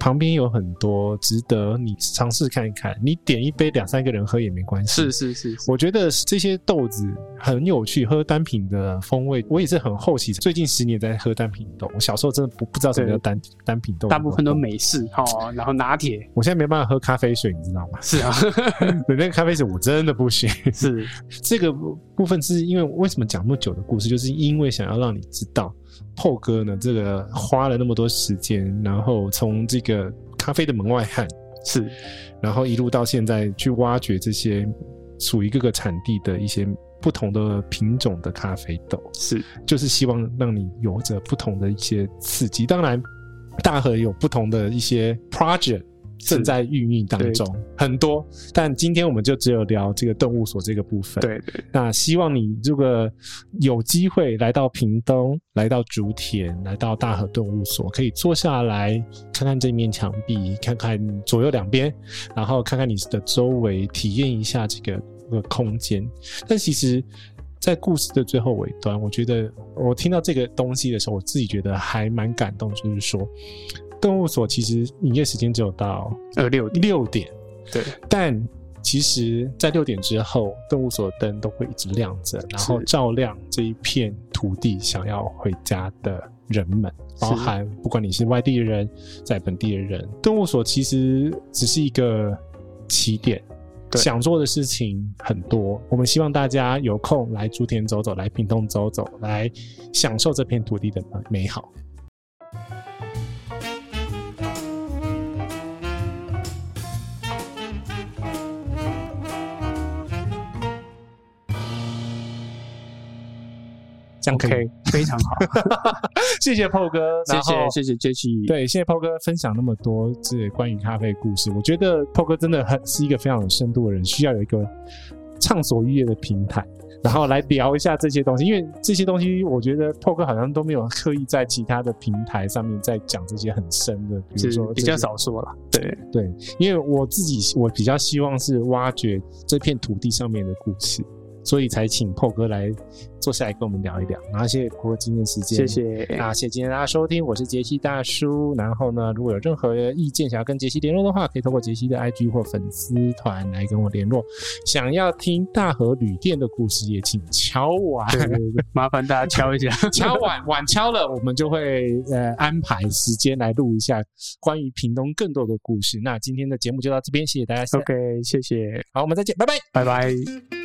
A: 旁边有很多值得你尝试看一看。你点一杯两三个人喝也没关系。
B: 是是是是，
A: 我觉得这些豆子很有趣，喝单品的风味，我也是很好奇。最近十年在喝单品豆，我小时候真的不不知道什么叫单单品豆，
B: 大部分都。美式哦，然后拿铁
A: 我现在没办法喝咖啡水，你知道吗？
B: 是啊，
A: 对，那个咖啡水我真的不行。
B: 是
A: 这个部分是因为为什么讲那么久的故事，就是因为想要让你知道，破哥呢这个花了那么多时间，然后从这个咖啡的门外汉，
B: 是，
A: 然后一路到现在去挖掘这些属于各个产地的一些不同的品种的咖啡豆，
B: 是
A: 就是希望让你有着不同的一些刺激。当然，大河有不同的一些 project 正在孕育当中，很多。但今天我们就只有聊这个动物所这个部分。，
B: 对对，
A: 那希望你这个有机会来到屏东，来到竹田，来到大河动物所，可以坐下来看看这面墙壁，看看左右两边，然后看看你的周围，体验一下这个这个空间。但其实，在故事的最后尾端，我觉得我听到这个东西的时候，我自己觉得还蛮感动，就是说。动物所其实营业时间只有到
B: 二六点
A: 六点，
B: 对，
A: 但其实，在六点之后，动物所的灯都会一直亮着，然后照亮这一片土地想要回家的人们，包含不管你是外地人，在本地的人，动物所其实只是一个起点。
B: 对
A: 想做的事情很多，我们希望大家有空来竹田走走，来屏东走走，来享受这片土地的美好。这样可以
B: ，OK，非常好，
A: 谢 谢 PO 哥，
B: 谢
A: 然后
B: 谢谢谢 j e
A: 对，谢谢 PO 哥分享那么多这关于咖啡的故事。我觉得 PO 哥真的很是一个非常有深度的人，需要有一个畅所欲言的平台，然后来聊一下这些东西。因为这些东西，我觉得 PO 哥好像都没有刻意在其他的平台上面在讲这些很深的，比如
B: 是
A: 说这
B: 比较
A: 些
B: 少说了，对，
A: 对，因为我自己我比较希望是挖掘这片土地上面的故事，所以才请 PO 哥来坐下来跟我们聊一聊。然后谢谢 PO 哥今天的时间，
B: 谢谢，
A: 那谢谢今天大家收听，我是杰西大叔。然后呢，如果有任何意见想要跟杰西联络的话，可以透过杰西的 IG 或粉丝团来跟我联络。想要听大和旅店的故事，也请敲碗，
B: 对对对，麻烦大家敲一 下，
A: 敲碗晚敲了，我们就会呃安排时间来录一下关于屏东更多的故事。那今天的节目就到这边，谢谢大家收看，
B: ，OK，谢谢，
A: 好，我们再见，拜拜。
B: 拜拜。
C: 嗯